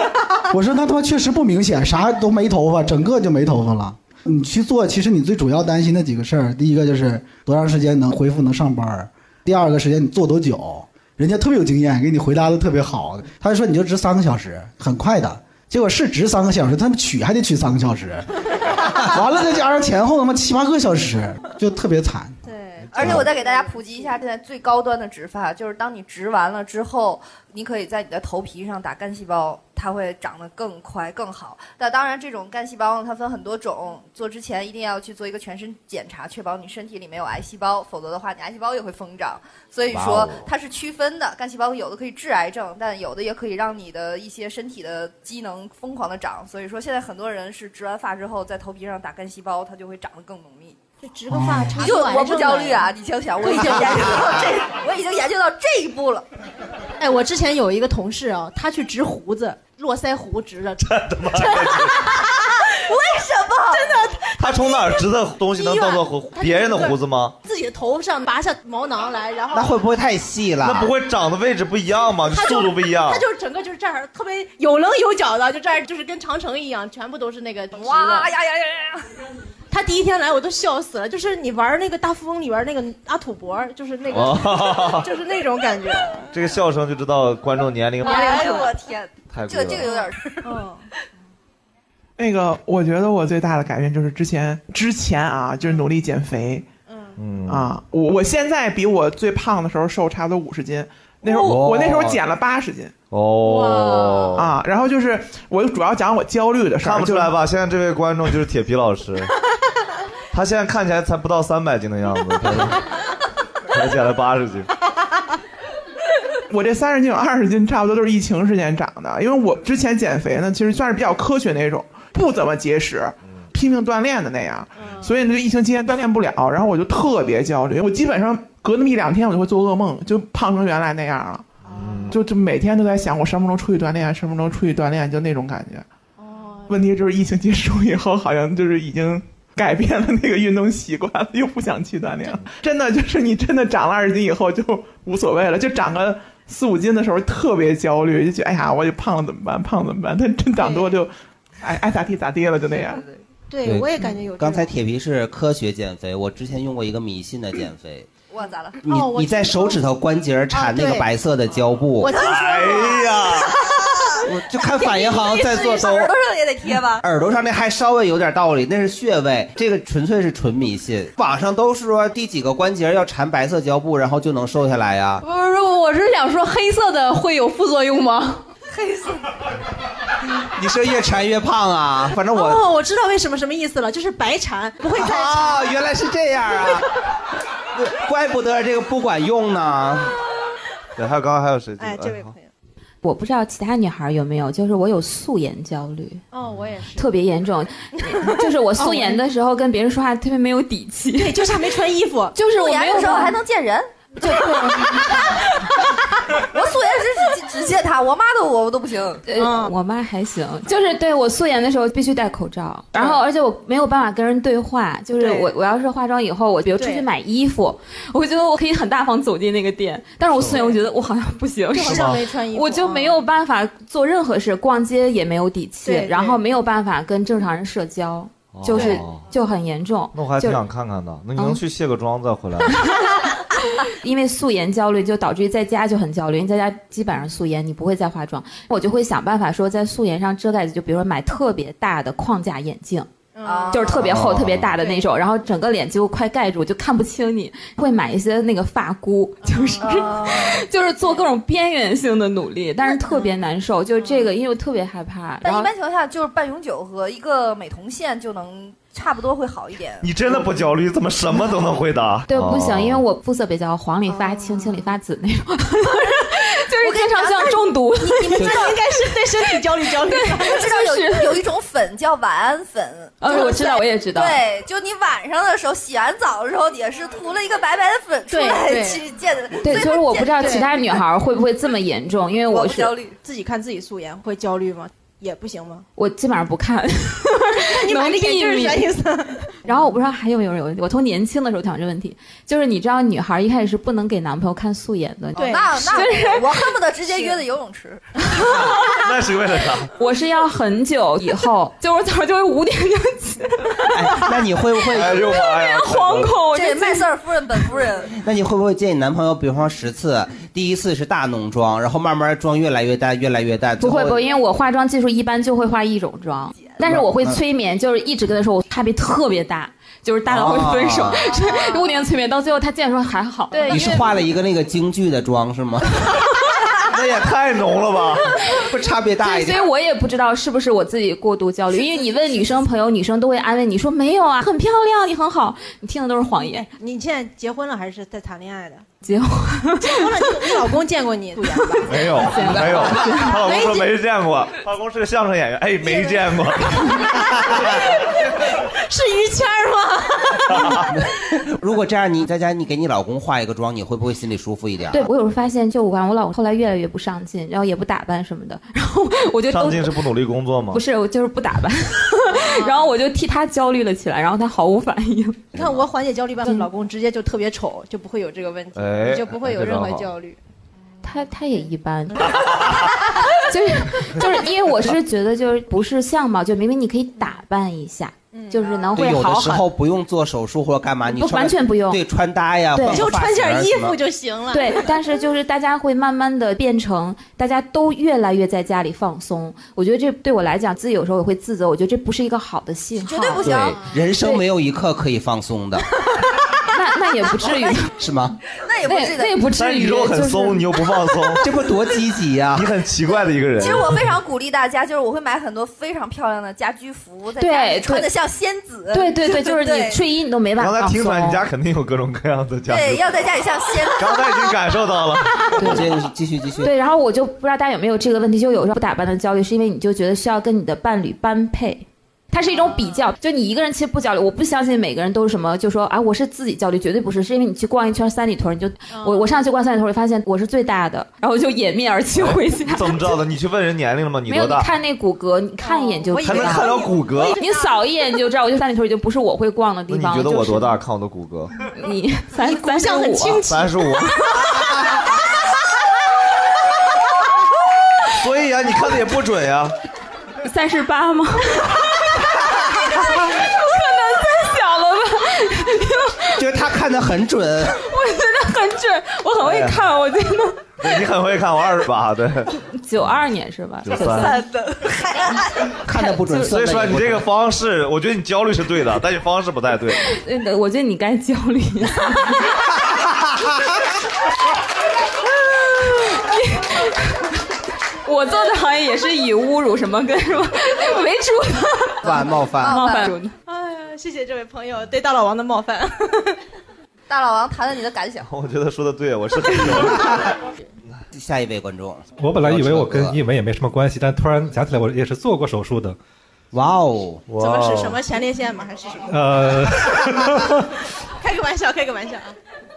Speaker 12: [LAUGHS] 我说那他妈确实不明显，啥都没头发，整个就没头发了。你去做，其实你最主要担心的几个事儿，第一个就是多长时间能恢复能上班儿，第二个时间你做多久，人家特别有经验，给你回答的特别好，他就说你就值三个小时，很快的。结果是值三个小时，他们取还得取三个小时，完了再加上前后他妈七八个小时，就特别惨。
Speaker 18: 嗯
Speaker 6: 而且我再给大家普及一下，现在最高端的植发，就是当你植完了之后，你可以在你的头皮上打干细胞，它会长得更快更好。那当然，这种干细胞呢，它分很多种，做之前一定要去做一个全身检查，确保你身体里没有癌细胞，否则的话，你癌细胞也会疯长。所以
Speaker 18: 哇
Speaker 6: 说
Speaker 18: 哦，
Speaker 6: 它是区分的，干细胞有的可以治癌症，但有的也可以让你的一些身体的机能疯狂的长。所以说，现在很多人是植完发之后，在头皮上打干细胞，它就会长得更浓密。
Speaker 5: 就植个
Speaker 19: 哦
Speaker 5: 发查
Speaker 6: 你就
Speaker 5: 出癌症
Speaker 6: 我不焦虑啊！
Speaker 5: 来
Speaker 6: 你想想，我
Speaker 5: [LAUGHS]
Speaker 6: 已经
Speaker 19: [LAUGHS]
Speaker 6: 研究到这，我已经研究到这一步了。
Speaker 5: 哎，我之前有一个同事啊，他去植胡子，络腮胡植
Speaker 2: [LAUGHS]
Speaker 5: 的，真的 [LAUGHS] 吗？
Speaker 6: 为什么？
Speaker 5: 真的，
Speaker 2: 他从哪儿植的东西能当做胡
Speaker 5: 他
Speaker 2: 别人的胡子吗？
Speaker 5: 自己的头上拔下毛囊来，然后
Speaker 4: 不会太细了
Speaker 2: 那不会长的位置不一样吗？
Speaker 5: 他就
Speaker 2: 速度不一样
Speaker 5: 他。就是整个就是这儿特别有棱有角的，就这儿就是跟长城一样，全部都是那个
Speaker 6: 哇呀呀
Speaker 5: 呀呀！他第一天来我都笑死了，就是你玩那个大富翁里边那个阿土伯，就是那个 [LAUGHS]
Speaker 2: 哦
Speaker 5: 就是那种感觉。
Speaker 2: 这个笑声就知道观众年龄
Speaker 20: 啊
Speaker 6: 哎呦我天，
Speaker 2: 太
Speaker 6: 这个
Speaker 2: 贵了
Speaker 6: 这个有点儿，
Speaker 20: [LAUGHS]
Speaker 5: 嗯
Speaker 6: [LAUGHS]
Speaker 20: 那个，我觉得我最大的改变就是之前之前啊，就是努力减肥。
Speaker 2: 嗯
Speaker 20: 啊，我我现在比我最胖的时候瘦差不多五十斤，那时候、
Speaker 2: 哦
Speaker 20: 我那时候减了八十斤。
Speaker 2: 哦
Speaker 20: 啊，然后就是我主要讲我焦虑的事儿，
Speaker 2: 看不出
Speaker 20: 就是
Speaker 2: 来吧？现在这位观众就是铁皮老师，他现在看起来才不到三百斤的样子，他才减了八十斤。
Speaker 20: [LAUGHS] 我这三十斤有二十斤，差不多都是疫情之前长的。因为我之前减肥呢，其实算是比较科学那种，不怎么节食，拼命锻炼的那样。所以呢，就疫情期间锻炼不了，然后我就特别焦虑。我基本上隔那么一两天，我就会做噩梦，就胖成原来那样了。就就每天都在想，我什么时候出去锻炼，什么时候出去锻炼，就那种感觉。问题就是疫情结束以后，好像就是已经改变了那个运动习惯了，又不想去锻炼了。真的就是你真的长了二十斤以后就无所谓了，就长个四五斤的时候特别焦虑，就觉得哎呀，我就胖了怎么办？胖了怎么办？但真长多就爱爱咋地咋地了，就那样。
Speaker 5: 对，我也感觉有这种。
Speaker 4: 刚才铁皮是科学减肥，我之前用过一个迷信的减肥，
Speaker 6: 我咋了？
Speaker 4: 你
Speaker 5: 哦
Speaker 4: 你在手指头关节儿
Speaker 6: 啊
Speaker 4: 缠那个
Speaker 6: 对
Speaker 4: 白色的胶布，
Speaker 6: 我听说过哎
Speaker 4: 呀，我就看反应好像在做
Speaker 6: 手
Speaker 4: 兜。
Speaker 6: 耳朵上也得贴吧？
Speaker 4: 耳朵上那还稍微有点道理，那是穴位，这个纯粹是纯迷信。网上都是说第几个关节要缠白色胶布，然后就能瘦下来呀、
Speaker 18: 不是，我是想说黑色的会有副作用吗？
Speaker 6: 黑色
Speaker 4: 你是越缠越胖啊？反正我、
Speaker 5: 哦，我知道为什么什么意思了，就是白缠，不会再缠。
Speaker 4: 啊，原来是这样啊，怪不得这个不管用呢。
Speaker 2: 对，还有刚刚还有谁？
Speaker 5: 哎
Speaker 4: 嗯
Speaker 5: 这位
Speaker 2: 朋
Speaker 5: 友，
Speaker 19: 我不知道其他女孩有没有，就是我有素颜焦虑，
Speaker 5: 哦，我也是。
Speaker 19: 特别严
Speaker 5: [LAUGHS]
Speaker 19: 重。就是我素颜的时候跟别人说话特别没有底气，
Speaker 5: 对，就是还没穿衣服，
Speaker 19: 就是我
Speaker 6: 素
Speaker 19: 没
Speaker 6: 颜
Speaker 19: 有
Speaker 6: 的时候还能见人。
Speaker 19: 就
Speaker 6: [LAUGHS] 我素颜只只只见他，我妈都我我都不行。嗯
Speaker 18: 嗯
Speaker 19: 呃，我妈还行，就是对我素颜的时候必须戴口罩，然后而且我没有办法跟人对话，就
Speaker 18: 嗯
Speaker 19: 是
Speaker 18: 对
Speaker 19: 我我要是化妆以后，我比如出去
Speaker 18: 对
Speaker 19: 买衣服，我觉得我可以很大方走进那个店，但是我素颜，我觉得我好像不行，
Speaker 18: 就好像没穿衣服嗯
Speaker 19: 我就没有办法做任何事，逛街也没有底气
Speaker 18: 对，
Speaker 19: 然后没有办法跟正常人社交。就是
Speaker 2: 哦
Speaker 19: 就很严重。
Speaker 2: 那我还挺
Speaker 19: 就
Speaker 2: 想看看的。那你能
Speaker 19: 嗯
Speaker 2: 去卸个妆再回来吗？
Speaker 19: [LAUGHS] 因为素颜焦虑，就导致于在家就很焦虑。因为在家基本上素颜，你不会再化妆，我就会想办法说在素颜上遮盖子，就比如说买特别大的框架眼镜。
Speaker 6: 哦
Speaker 5: 嗯
Speaker 19: 就是特别厚、特别大的那种，然后整个脸几乎快盖住，就看不清你。会买一些那个发箍，就是、
Speaker 6: 哦
Speaker 19: 就是做各种边缘性的努力，但是特别难受。就这个，因为我特别害怕。
Speaker 6: 嗯
Speaker 19: 然
Speaker 6: 但一
Speaker 19: 后
Speaker 6: 般情况下，就是半永久和一个美瞳线就能差不多会好一点。
Speaker 2: 你真的不焦虑？怎么什么都能回答
Speaker 19: [LAUGHS] ？对，不行，
Speaker 2: 哦
Speaker 19: 因为我肤色比较黄里发
Speaker 6: 哦
Speaker 19: 青、青里发紫那种， [LAUGHS] 就是
Speaker 6: 我跟
Speaker 19: 经
Speaker 6: 你
Speaker 19: 常像中毒。
Speaker 6: 你们知道应该
Speaker 19: 是对身体焦虑焦虑
Speaker 6: 你知道
Speaker 19: [LAUGHS] 就是
Speaker 6: 有有一种粉叫晚安粉，
Speaker 19: 呃
Speaker 6: 就是
Speaker 19: 我知道
Speaker 6: 在
Speaker 19: 我也知道
Speaker 6: 对，就你晚上的时候洗完澡的时候也是涂了一个白白的粉出
Speaker 19: 对
Speaker 6: 来
Speaker 19: 对
Speaker 6: 去见的。
Speaker 19: 对，
Speaker 6: 所以
Speaker 19: 就是我不知道
Speaker 6: 对
Speaker 19: 其他女孩儿会不会这么严重，因为
Speaker 5: 我
Speaker 19: 是
Speaker 5: 虑，自己看自己素颜会焦虑吗？也不行吗？
Speaker 19: 我基本上不看。
Speaker 6: [LAUGHS]
Speaker 5: 你买
Speaker 19: 能
Speaker 5: 这个
Speaker 19: 避
Speaker 5: 就是啥
Speaker 19: 免
Speaker 5: 意思？ [LAUGHS]
Speaker 19: [LAUGHS] 然后我不知道还有没有人有问题，我从年轻的时候想这问题，就是你知道女孩一开始是不能给男朋友看素颜的，
Speaker 6: 哦那那
Speaker 19: 就是
Speaker 6: 我我恨不得直接约的游泳池。 [LAUGHS]
Speaker 2: 那是为了啥？
Speaker 19: 我是要很久以后，就我早上就会五点就起，
Speaker 10: 那你会不会？
Speaker 2: 哎
Speaker 10: 呦
Speaker 2: 妈呀！
Speaker 19: 惶恐
Speaker 6: 哦这麦瑟尔夫人本夫人，
Speaker 10: 那你会不会见你男朋友，比方说十次，第一次是大浓妆，然后慢慢妆越来越淡，越来越淡，
Speaker 19: [LAUGHS] 不会不会，因
Speaker 10: 为
Speaker 19: 为我化妆技术一般就会化一种妆，但是我会催眠，就是一直跟他说我差别特别大，就是大到会
Speaker 6: [LAUGHS]
Speaker 19: 分手
Speaker 10: 哦，
Speaker 19: 是五年催眠到最后他竟然说还好，对
Speaker 10: 你是化了一个那个京剧的妆是吗？
Speaker 2: [LAUGHS] 那也太浓了吧？
Speaker 10: 不差别大一
Speaker 19: 所
Speaker 10: 点
Speaker 19: 以。我也不知道是不是我自己过
Speaker 10: [LAUGHS]
Speaker 19: 度焦虑，因为你问女生朋友，女生都会安慰你说没有啊，很漂亮，你很好，你听的都是谎言。
Speaker 5: 你现在结婚了还是在谈恋爱的？
Speaker 19: 结婚，
Speaker 5: 结婚了，你你老公见过你素颜吧？
Speaker 2: [LAUGHS] 没
Speaker 19: [LAUGHS]
Speaker 2: 有，没有。她老公说没见过，她老公是个相声演员，哎，没
Speaker 19: [LAUGHS]
Speaker 2: 见过。
Speaker 5: 是于谦儿吗？
Speaker 10: [LAUGHS] 如果这样，你在家你给你老公化一个妆，你会不会心里舒服一点？啊
Speaker 19: 对我有时候发现，就我感觉我老公后来越来越不上进， [LAUGHS] 然后也不打扮什么的，然后我就
Speaker 2: 上
Speaker 19: 都
Speaker 2: 进是不努力工作吗？
Speaker 19: 不是我就是不打扮， [LAUGHS] 然后我就替他焦虑了起来，然后他毫无反应。
Speaker 5: [LAUGHS] 你看我缓解焦虑办法，老公直接就特别丑，就不会有这个问题，
Speaker 19: 哎
Speaker 5: 你就不会有任何
Speaker 19: 这招好
Speaker 5: 焦虑。
Speaker 19: 他他也一般， [LAUGHS] 就是就是因为我是觉得就是不是相貌，就明明你可以打扮一下，就是能
Speaker 10: 嗯
Speaker 19: 会
Speaker 10: 对，有的
Speaker 19: 好
Speaker 10: 时候
Speaker 19: 很。
Speaker 10: 不用做手术或者干嘛，你
Speaker 19: 不
Speaker 10: 稍微
Speaker 19: 完全不用
Speaker 10: 对穿搭呀，
Speaker 19: 对
Speaker 10: 换个发型啊什么
Speaker 5: 行了
Speaker 19: 对，但是就是大家会慢慢的变成，大家都越来越在家里放松。我觉得这对我来讲，自己有时候我会自责，我觉得这不是一个好的信号。绝对
Speaker 10: 对，人生没有一刻可以放松
Speaker 19: [LAUGHS]
Speaker 10: 的，
Speaker 19: 那那也不至于。
Speaker 10: 是吗？
Speaker 6: 那也不至于，
Speaker 19: 那也不至
Speaker 2: 但是你肉很松，你又不放松，
Speaker 10: [LAUGHS] 这不多积
Speaker 19: [LAUGHS]
Speaker 10: 极呀？
Speaker 2: 你很奇怪的一个人。
Speaker 6: 其实我非常鼓励大家，就是我会买很多非常漂亮的家居服，在
Speaker 19: 对
Speaker 6: 家里穿
Speaker 19: 对
Speaker 6: 的像仙子。
Speaker 19: 对对
Speaker 6: [LAUGHS]
Speaker 19: 对，就是你
Speaker 6: 对
Speaker 19: 睡衣你都没办
Speaker 2: 刚
Speaker 19: 法
Speaker 2: 才
Speaker 19: 放
Speaker 2: 听
Speaker 19: 松。
Speaker 2: 出来，你家肯定有各种各样的家
Speaker 19: [LAUGHS]
Speaker 6: 对，
Speaker 2: 具。
Speaker 6: 要在家里像仙子。
Speaker 2: 刚才已经感受到了。
Speaker 10: 这个是继续继续。
Speaker 19: 对，然后我就不知道大家有没有这个问题，就有时候不打扮的焦虑，是因为你就觉得需要跟你的伴侣般配。它是一种比较，就你一个人其实不焦虑，我不相信每个人都是什么，就说啊，我是自己焦虑，绝对不是，是因为你去逛一圈三里屯，你就我我上去逛三里屯，我发现我是最大的，然后就掩面而去回家
Speaker 2: 你。怎么知道的？你去问人年龄了哎吗？你
Speaker 19: 没有，
Speaker 2: 多
Speaker 19: 你
Speaker 2: 大？
Speaker 19: 看那骨骼，你看一眼就
Speaker 2: 哦我以
Speaker 19: 知
Speaker 2: 为还能
Speaker 19: 道
Speaker 2: 看到骨骼
Speaker 19: 你扫一眼你就知道，我觉得三里屯已经不是我会逛的地
Speaker 2: 那你
Speaker 19: 方了。
Speaker 2: 觉得
Speaker 19: 就
Speaker 2: 我
Speaker 19: 是
Speaker 2: 多大？看我的骨骼。
Speaker 19: 你 [LAUGHS] 三三十
Speaker 5: 相很
Speaker 19: 五，
Speaker 5: 清
Speaker 2: 三十五。所以啊，你看的也不准呀、
Speaker 19: 三十八吗？ [LAUGHS]
Speaker 18: 可能太小了吧？
Speaker 2: [LAUGHS]
Speaker 10: 就是他看的很准，
Speaker 19: 我觉得很准，我很会看，我觉得。
Speaker 2: 对你很会看，我二十八，对，
Speaker 19: 九二年是吧？
Speaker 2: 93 93
Speaker 19: 的，
Speaker 10: 看的不准。
Speaker 2: 所以说你这个方式，我觉得你焦虑是对的，但你方式不
Speaker 19: [LAUGHS]
Speaker 2: 太对。
Speaker 19: 呃我觉得你该焦虑
Speaker 10: [LAUGHS]
Speaker 19: 一下。 [LAUGHS] 我做的行业也是以侮辱什么跟什么
Speaker 6: [LAUGHS]
Speaker 19: 为主的，
Speaker 10: 犯冒犯
Speaker 19: 冒犯。
Speaker 5: 哎呀，谢谢这位朋友对大老王的冒犯。
Speaker 6: [LAUGHS] 大老王谈谈你的
Speaker 5: [LAUGHS]
Speaker 6: 感想。
Speaker 2: 我觉得说的对，我是很焦虑。
Speaker 10: [LAUGHS] 下一位观众，
Speaker 21: 我本来以为我
Speaker 2: 呃
Speaker 21: 跟你们也没什么关系，但突然想起来我也是做过手术的。
Speaker 10: 哇哦！
Speaker 5: 怎么是什么前列腺吗？还是什么？
Speaker 14: [LAUGHS]
Speaker 21: 呃， [LAUGHS]
Speaker 5: 开个玩笑，开个玩笑啊！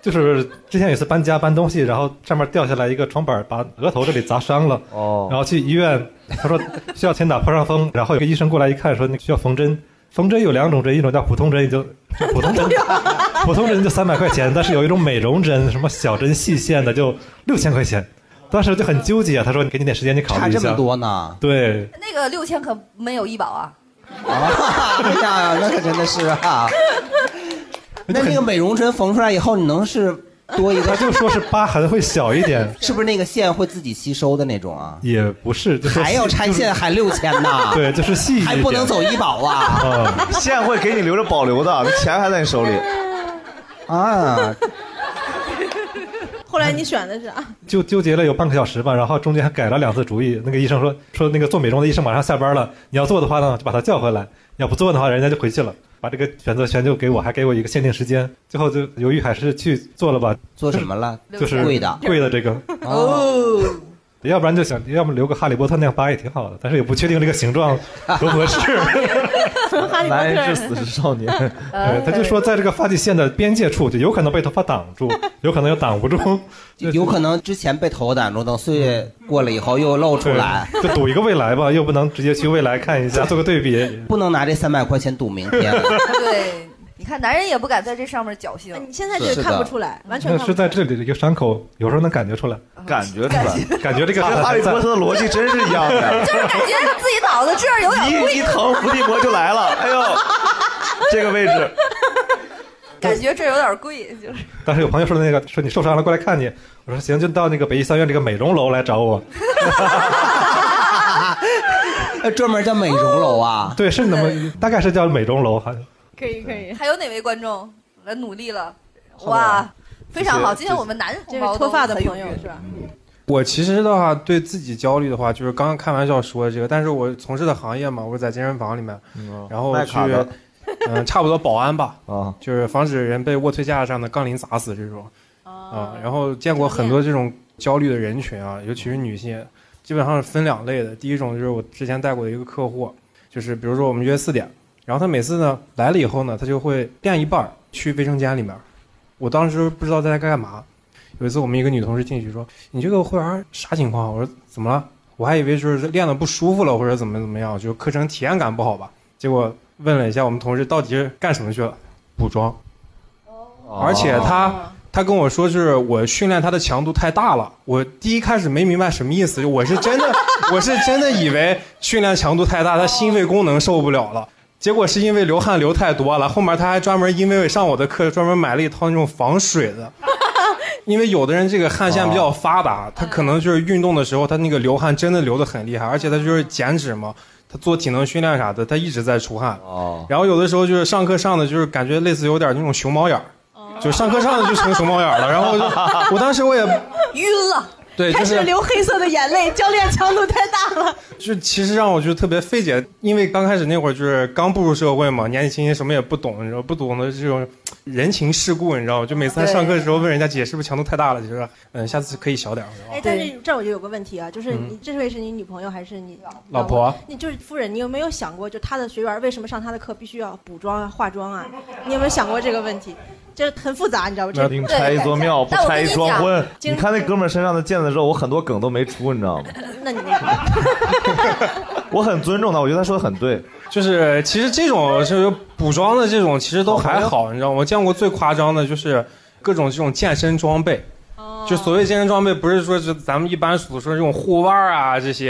Speaker 21: 就是之前有一次搬家搬东西，然后上面掉下来一个床板，把额头这里砸伤了。
Speaker 2: 哦，
Speaker 21: 然后去医院，他说需要先打破伤风，然后有个医生过来一看，说那需要缝针。缝针有两种针，一种叫普通针，也就就普通针，
Speaker 3: [LAUGHS]
Speaker 21: 普通针就三百块钱，但是有一种美容针，什么小针细线的就六千块钱。当时就啊很纠结，他说你给你点时间，你考虑一下。
Speaker 10: 差这么多呢？
Speaker 21: 对，
Speaker 6: 那个六千可没有医保啊。
Speaker 3: 啊，哎呀，那可真的是啊。那那个美容针缝出来以后，你能是多一个？
Speaker 21: 就说是疤痕会小一点，
Speaker 3: [LAUGHS] 是不是那个线会自己吸收的那种啊？
Speaker 21: 也不是，就说
Speaker 3: 还要拆
Speaker 21: 就是
Speaker 3: 线，还六千
Speaker 2: 啊
Speaker 3: 呢？
Speaker 21: [LAUGHS] 对，就是细一点，嗯
Speaker 3: 还不能走医保
Speaker 21: [LAUGHS]
Speaker 3: 啊？
Speaker 2: [LAUGHS] 线会给你留着保留的，那钱还在你手里。
Speaker 3: 啊，
Speaker 5: 后来你选的是啊，
Speaker 21: 就纠结了有半个小时吧，然后中间还改了两次主意。那个医生说说那个做美容的医生马上下班了，你要做的话呢，就把他叫回来；要不做的话，人家就回去了。把这个选择权就给我，还给我一个限定时间。最后就犹豫还是去做了吧。
Speaker 3: 做什么了？
Speaker 21: 就是
Speaker 3: 贵的
Speaker 21: 贵的这个。
Speaker 3: 哦，
Speaker 21: [LAUGHS] 要不然就想，要么留个哈利波特那样疤也挺好的，但是也不确定这个形状 [LAUGHS] 合不合
Speaker 5: [LAUGHS]
Speaker 21: 适。
Speaker 5: 哈利波特呃
Speaker 21: 人
Speaker 5: [LAUGHS]
Speaker 21: 少年。对，他就说在这个发际线的边界处，就有可能被头发挡住，有可能又挡
Speaker 3: [LAUGHS]
Speaker 21: 不住，
Speaker 3: 有可能之前被头发挡住，等岁月过了以后又露出来。
Speaker 21: 就赌一个未来吧，又不能直接去未来看一下，做个对比。
Speaker 3: 不能拿这三百块钱赌明
Speaker 21: [LAUGHS]
Speaker 3: 天。
Speaker 6: [LAUGHS] 对，你看男人也不敢在这上面侥幸。
Speaker 5: 你现在
Speaker 3: 是
Speaker 5: 就看不出来，完全
Speaker 21: 那
Speaker 5: 看
Speaker 21: 是
Speaker 5: 不出来。哦
Speaker 21: 在这里的一个伤口，有时候能感觉出来，
Speaker 2: 感觉出来，
Speaker 21: 感觉这个
Speaker 2: 跟哈利波特的逻辑真是一样 [LAUGHS] 的
Speaker 6: 就是感觉自己脑子这儿有点不
Speaker 2: 一一疼，伏地魔就来了。哎呦，这个位置，
Speaker 6: [LAUGHS] 感觉这有点贵，就是
Speaker 21: 当时有朋友说的那个，说你受伤了过来看你，我说行，就到那个北医三院这个美容楼来
Speaker 3: [LAUGHS]
Speaker 21: 找我。
Speaker 3: 呃专门叫美容楼啊？
Speaker 21: 对，是那么大概是叫美容楼，好像
Speaker 6: 可以可以。还有哪位观众来努力了？哇，非常好！
Speaker 21: 谢
Speaker 6: 哦今
Speaker 21: 谢
Speaker 6: 天我们男同
Speaker 5: 这
Speaker 6: 胞
Speaker 5: 是脱发的
Speaker 6: 都很
Speaker 5: 朋友
Speaker 6: 踊跃
Speaker 5: 是吧？
Speaker 14: 我其实的话，对自己焦虑的话，就是刚刚开玩笑说的这个，但是我从事的行业嘛，我是在健身房里面，然后
Speaker 2: 卖
Speaker 14: 去
Speaker 2: 卡的，
Speaker 14: 嗯，差不多保安吧，
Speaker 2: [LAUGHS] 啊，
Speaker 14: 就是防止人被卧推架上的杠铃砸死这种，啊，然后见过很多这种焦虑的人群啊，尤其是女性，基本上是分两类的。第一种就是我之前带过的一个客户，就是比如说我们约四点，然后他每次呢来了以后呢，他就会练一半儿去卫生间里面，我当时不知道在干嘛。有一次我们一个女同事进去说：“你这个会员啥情况？”我说：“怎么了？”我还以为就是练的不舒服了，或者怎么怎么样，就是课程体验感不好吧。结果问了一下我们同事到底是干什么去了，补妆。而且他他跟我说是我训练他的强度太大了，我第一开始没明白什么意思，我是真的我是真的以为训练强度太大，他心肺功能受不了了。结果是因为流汗流太多了，后面他还专门因为上我的课专门买了一套那种防水的，因为有的人这个汗腺比较发达，他可能就是运动的时候他那个流汗真的流得很厉害，而且他就是减脂嘛，他做体能训练啥的，他一直在出汗。
Speaker 2: 哦，
Speaker 14: 然后有的时候就是上课上的就是感觉类似有点那种熊猫眼儿，就上课上的就成熊猫眼儿了。然后我就我当 [LAUGHS] 时我也
Speaker 6: 晕了，
Speaker 14: 对，
Speaker 5: 开
Speaker 14: 就
Speaker 5: 始
Speaker 14: 是
Speaker 5: 流黑色的眼泪，教练强度太大了。
Speaker 14: 就其实让我就特别费解，因为刚开始那会儿就是刚步入社会嘛，年纪轻轻什么也不懂，你知道不懂的这种人情世故，你知道吗？就每次在上课的时候问人家姐是不是强度太大了，就说嗯下次可以小点儿。
Speaker 5: 哎，但是这儿我就有个问题啊，
Speaker 2: 嗯
Speaker 5: 就是你这位是你女朋友还是你
Speaker 14: 老婆
Speaker 5: 你就是夫人，你有没有想过，就她的学员为什么上她的课必须要补妆啊、化妆啊？你有没有想过这个问题？这很复杂，你知道吧？这
Speaker 2: 那拆一座庙，不拆一桩婚。
Speaker 5: 经
Speaker 2: 你看
Speaker 5: [LAUGHS]
Speaker 2: 那哥们儿身上的毽子肉，我很多梗都没出，你知道吗？
Speaker 5: 那你那个
Speaker 2: 我很尊重他，我觉得他说的很对。
Speaker 14: 就是其实这种就是补妆的这种其实都还好，你知道吗？我见过最夸张的就是各种这种健身装备，就所谓健身装备，不是说是咱们一般所说这种护腕啊这些，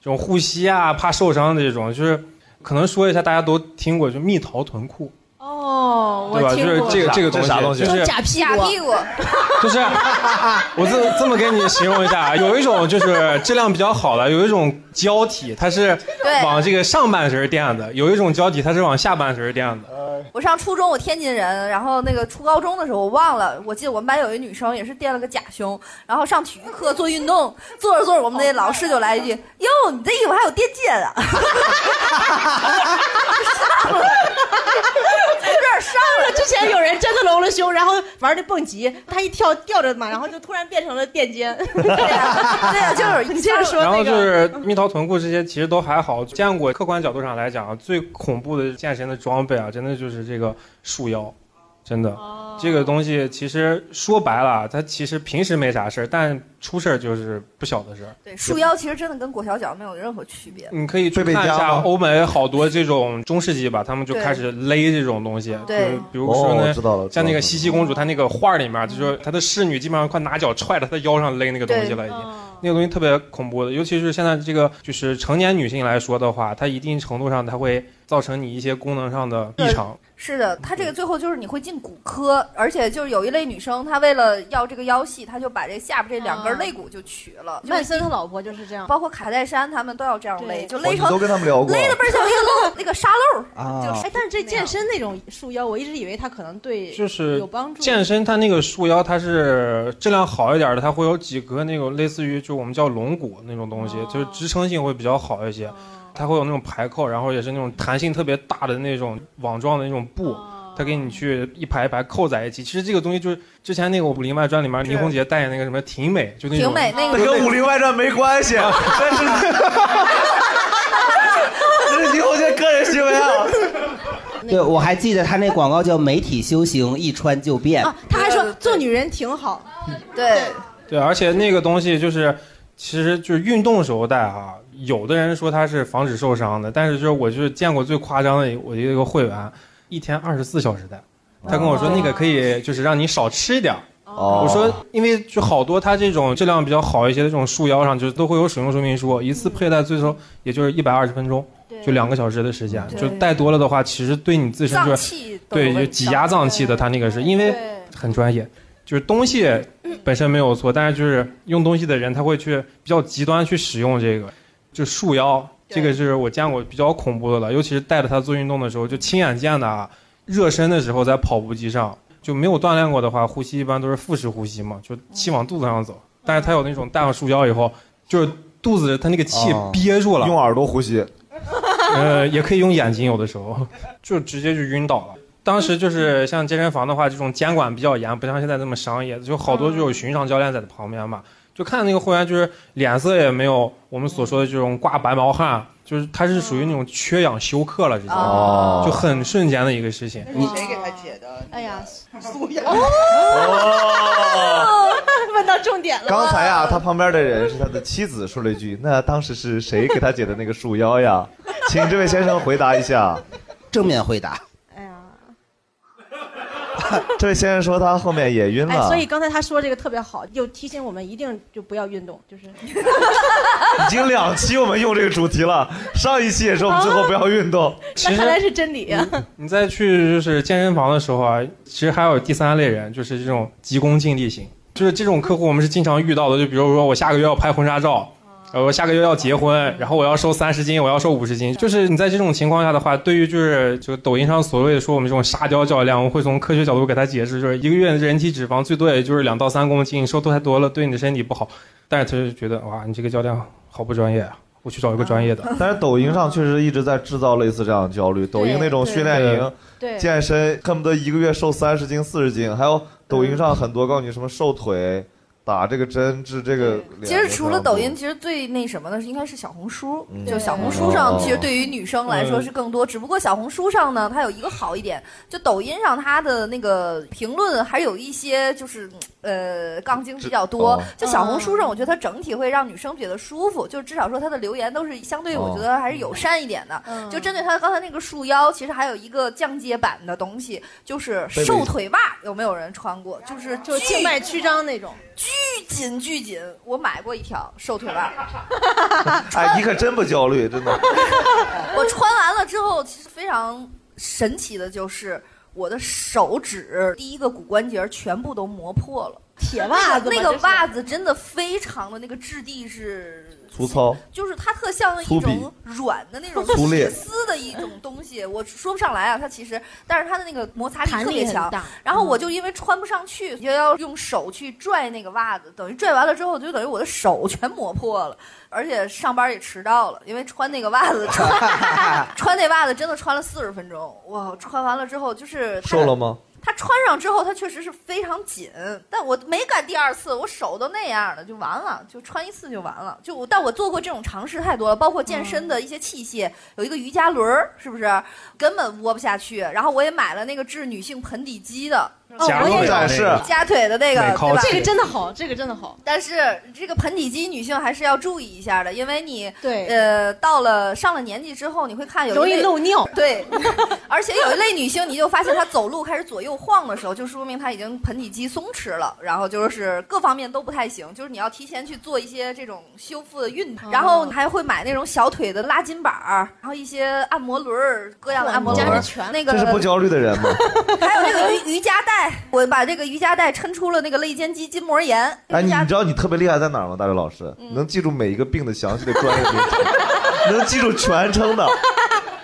Speaker 14: 这种护膝啊，怕受伤的这种，就是可能说一下大家都听过，就蜜桃臀裤，
Speaker 5: 哦，
Speaker 14: 对吧
Speaker 5: 我听过
Speaker 14: 就是这个这个
Speaker 2: 这啥
Speaker 14: 东
Speaker 2: 东
Speaker 14: 西
Speaker 2: 西？
Speaker 14: 就是
Speaker 5: 假屁股，
Speaker 6: 屁股， [LAUGHS]
Speaker 14: 就是 [LAUGHS] 我这这么给你形容一下啊，有一种就是质量比较好的，有一种胶体，它是
Speaker 6: 对
Speaker 14: 往这个上半身垫的；有一种胶体，它是往下半身垫的。
Speaker 6: 我上初中，我天津人，然后那个初高中的时候我忘了，我记得我们班有一女生也是垫了个假胸，然后上体育课做运动，做着做着，我们那老师就来一句：“哟，你这衣服还有垫肩
Speaker 14: [LAUGHS]
Speaker 6: 啊！” [LAUGHS] 上了，有点上
Speaker 5: 了。之前有人真的隆了胸，然后玩那蹦极，他一跳吊着嘛，然后就突然变成了垫肩。 [LAUGHS] 对啊
Speaker 6: 呀，对呀，就是
Speaker 5: 你接着说
Speaker 14: 啊然后
Speaker 5: 那
Speaker 14: 就
Speaker 5: 个。
Speaker 14: 是蜜桃臀裤这些，其实都还好。见过客观角度上来讲啊，最恐怖的健身的装备啊，真的就是这个束腰，真的。
Speaker 6: 哦
Speaker 14: 这个东西其实说白了啊，它其实平时没啥事儿，但出事儿就是不小的事儿。
Speaker 6: 对，束腰其实真的跟裹小脚没有任何区别。
Speaker 14: 你可以去
Speaker 2: 贝贝
Speaker 14: 看一
Speaker 2: 家
Speaker 14: 下
Speaker 2: 吗
Speaker 14: 欧美好多这种中世纪吧，他们就
Speaker 6: 对
Speaker 14: 开始勒这种东西，
Speaker 6: 对
Speaker 14: 就是比如说
Speaker 2: 哦
Speaker 14: 呢，
Speaker 2: 我知道了
Speaker 14: 像那
Speaker 2: 知道
Speaker 14: 个
Speaker 2: 了
Speaker 14: 茜茜公主，她那个画里面，就是她的侍女基本上快拿脚踹着她腰上勒那个东西了，
Speaker 6: 嗯
Speaker 14: 已经，
Speaker 5: 嗯
Speaker 14: 那个东西特别恐怖的，尤其是现在这个就是成年女性来说的话，她一定程度上她会造成你一些功能上的异常。
Speaker 6: 是的，它
Speaker 5: 嗯
Speaker 6: 这个最后就是你会进骨科，而且就是有一类女生，她为了要这个腰细，她就把这下巴这两根肋骨就取了。
Speaker 5: 啊曼森他老婆就是这样，
Speaker 6: 包括卡戴珊他们都要这样勒，就勒
Speaker 2: 哦你
Speaker 6: 成
Speaker 2: 都跟他们聊过
Speaker 6: 勒的倍儿像
Speaker 5: [LAUGHS]
Speaker 6: 那个漏那个沙漏儿。
Speaker 14: 啊
Speaker 5: 就是哎，但是这健身那种束腰，我一直以为它可能对
Speaker 14: 就是
Speaker 5: 有帮助。
Speaker 14: 健身它那个束腰，它是质量好一点的，它会有几个那种类似于就我们叫龙骨那种东西，就是支撑性会比较好一
Speaker 6: 哦
Speaker 14: 些。它会有那种排扣，然后也是那种弹性特别大的那种网状的那种布，
Speaker 6: 哦
Speaker 14: 它给你去一排一排扣在一起。其实这个东西就是之前那个《武林外传》里面倪虹洁代言那个什么婷美，就那种啊
Speaker 6: 婷美那个
Speaker 14: 就
Speaker 6: 跟武林
Speaker 2: 外传没关系，但是 [LAUGHS] 这是倪虹洁个人行
Speaker 5: [LAUGHS]
Speaker 2: 为啊。
Speaker 3: 对，我还记得他那广告叫“媒体修行，一穿就变
Speaker 21: [LAUGHS]
Speaker 5: 啊，他还说做女人挺好，
Speaker 6: 对，
Speaker 14: 对，而且那个东西就是，其实就是运动时候戴哈、有的人说它是防止受伤的，但是就是我就是见过最夸张的，我一个会员一天二十四小时戴，他跟我
Speaker 6: 哦
Speaker 3: 哦
Speaker 14: 说那个可以就是让你少吃一点儿。
Speaker 2: 哦
Speaker 14: 我说，因为就好多它这种质量比较好一些的这种束腰上，就是都会有使用说明书，一次佩戴最少也就是一百二十分钟，就两个小时的时间，
Speaker 6: 对
Speaker 14: 就戴多了的话，其实对你自身就
Speaker 6: 脏
Speaker 14: 是
Speaker 6: 器都有问
Speaker 14: 对就
Speaker 6: 题
Speaker 14: 挤压脏器的，它那个是因为很专业，就是东西本身没有错，但是就是用东西的人他会去比较极端去使用这个，就束腰，这个是我见过比较恐怖的了，尤其是带着它做运动的时候，就亲眼见的啊，热身的时候在跑步机上就没有锻炼过的话，呼吸一般都是腹式呼吸嘛，就气往肚子上走，但是他有那种戴上束腰以后，就是肚子他那个气
Speaker 2: 哦
Speaker 14: 憋住了，
Speaker 2: 用耳朵呼吸，
Speaker 14: 呃，也可以用眼睛，有的时候 [LAUGHS] 就直接就晕倒了。当时就是像健身房的话，这种监管比较严，不像现在这么商业，就好多就有巡场教练在旁边嘛，就看那个会员就是脸色也没有我们所说的这种挂白毛汗，就是他是属于那种缺氧休克了，直接、
Speaker 2: 哦
Speaker 14: 就很瞬间的一个事情。
Speaker 5: 你
Speaker 3: 谁给他解的？
Speaker 6: [LAUGHS]
Speaker 5: 哎呀，
Speaker 3: 素颜
Speaker 5: 哦， [LAUGHS] 问到重点了。
Speaker 2: 刚才呀、他旁边的人是他的妻子，说了一句：“那当时是谁给他解的那个束腰呀？”请这位先生回答一下。
Speaker 3: 正面回答。
Speaker 5: 哎
Speaker 2: [LAUGHS] 这位先生说他后面也晕
Speaker 5: 哎，
Speaker 2: 了，
Speaker 5: 所以刚才他说这个特别好，又提醒我们一定就不要运动，就是
Speaker 2: 已经两期我们用这个主题了。上一期也说我们最后不要运动，
Speaker 5: 哦那看来是真理。 [LAUGHS]
Speaker 14: 你再去就是健身房的时候啊，其实还有第三类人，就是这种急功近利型，就是这种客户我们是经常遇到的。就比如说我下个月要拍婚纱
Speaker 5: 哦
Speaker 14: 照，呃，我下个月要结
Speaker 5: 嗯
Speaker 14: 婚，然后我要瘦三十斤，我要瘦五十斤。就是你在这种情况下的话，对于就是就抖音上所谓的说我们这种沙雕教练，我们会从科学角度给他解释，就是一个月的人体脂肪最多也就是两到三公斤，瘦太多了对你的身体不好。但是他就觉得哇，你这个教练好不专业啊，我去找一个专业的。
Speaker 2: 嗯但是抖音上确实一直在制造类似这样的焦虑。抖音那种训练营、
Speaker 5: 对对
Speaker 2: 健身，恨不得一个月瘦三十斤、四十斤，还有抖音
Speaker 6: 嗯
Speaker 2: 上很多告诉你什么瘦腿、打这个针、治这个脸。
Speaker 6: 其实除了抖音，其实最那什么的是应该是小红书，
Speaker 2: 嗯
Speaker 6: 就小红书上
Speaker 2: 哦
Speaker 6: 其实对于女生来
Speaker 5: 嗯
Speaker 6: 说是更多，只不过小红书上呢，它有一个好一点，就抖音上它的那个评论还有一些就是呃杠精比较多
Speaker 5: 哦，
Speaker 6: 就小红书上我觉得它整体会让女生觉得舒服，就至少说它的留言都是相对
Speaker 5: 哦
Speaker 6: 我觉得还是友善一点的。就针对它刚才那个束腰，其实还有一个降阶版的东西，就是
Speaker 5: 贝贝
Speaker 6: 瘦腿袜，有没有人穿过？就是
Speaker 5: 就静脉曲张那种。
Speaker 6: 巨紧巨紧，我买过一条瘦腿袜，
Speaker 2: 哎，你可真不焦
Speaker 6: [LAUGHS]
Speaker 2: 虑，真的。
Speaker 5: [LAUGHS]
Speaker 6: 我穿完了之后，其实非常神奇的就是我的手指第一个骨关节全部都磨破了。
Speaker 5: 铁袜子
Speaker 6: 那
Speaker 5: 吗
Speaker 6: 个
Speaker 5: 这是
Speaker 6: 袜子真的非常的那个质地是，
Speaker 2: 粗糙，
Speaker 6: 就是它特像
Speaker 2: 粗
Speaker 6: 一
Speaker 2: 鄙
Speaker 6: 种软的那种
Speaker 2: [LAUGHS] 粗劣
Speaker 6: 铁丝的一种东西，我说不上来啊。它其实，但是它的那个摩擦力
Speaker 5: 弹
Speaker 6: 特
Speaker 5: 力
Speaker 6: 别
Speaker 5: 很
Speaker 6: 强
Speaker 5: 大。嗯
Speaker 6: 然后我就因为穿不上去，就要用手去拽那个袜子，等于拽完了之后，就等于我的手全磨破了，而且上班也迟到了，因为穿那个袜子穿 [LAUGHS]
Speaker 2: 哎
Speaker 6: 穿那袜子真的穿了四十分钟，哇！穿完了之后就是它
Speaker 2: 瘦了？吗？
Speaker 6: 它穿上之后，它确实是非常紧，但我没敢第二次，我手都那样了，就完了，就穿一次就完了。就我，但我做过这种尝试太多了，包括健身的一些器械，有一个瑜伽轮儿，是不是根本窝不下去？然后我也买了那个治女性盆底肌的。哦
Speaker 14: 假如
Speaker 6: 我也有
Speaker 14: 哦有那
Speaker 2: 啊
Speaker 14: 个
Speaker 6: 哎夹腿的那个，
Speaker 14: 美
Speaker 6: 对
Speaker 14: 靠
Speaker 6: 吧？
Speaker 14: 腿这个真
Speaker 15: 的好，这个真的好。
Speaker 6: 但是这个盆底肌女性还是要注意一下的，因为你
Speaker 15: 对
Speaker 6: 呃到了上了年纪之后，你会看有一
Speaker 15: 容易
Speaker 6: 类
Speaker 15: 漏尿，
Speaker 6: [LAUGHS] 对，而且有一类女性，你就发现她走路开始左右晃的时候，就说明她已经盆底肌松弛了，然后就是各方面都不太行，就是你要提前去做一些这种修复的运
Speaker 15: 哦
Speaker 14: 哦
Speaker 6: 动，然后你还会买那种小腿的拉筋板儿，然后一些按摩轮儿，各样的按摩轮儿，那个
Speaker 2: 嗯这是不焦虑的人吗？
Speaker 6: 还有那个瑜瑜 [LAUGHS] 伽带，我把这个瑜伽带抻出了那个肋间肌筋膜炎。
Speaker 2: 哎，你你知道你特别厉害在哪儿吗，大刘老师？能记住每一个病的详细的专业名称， [LAUGHS] 能记住全称的。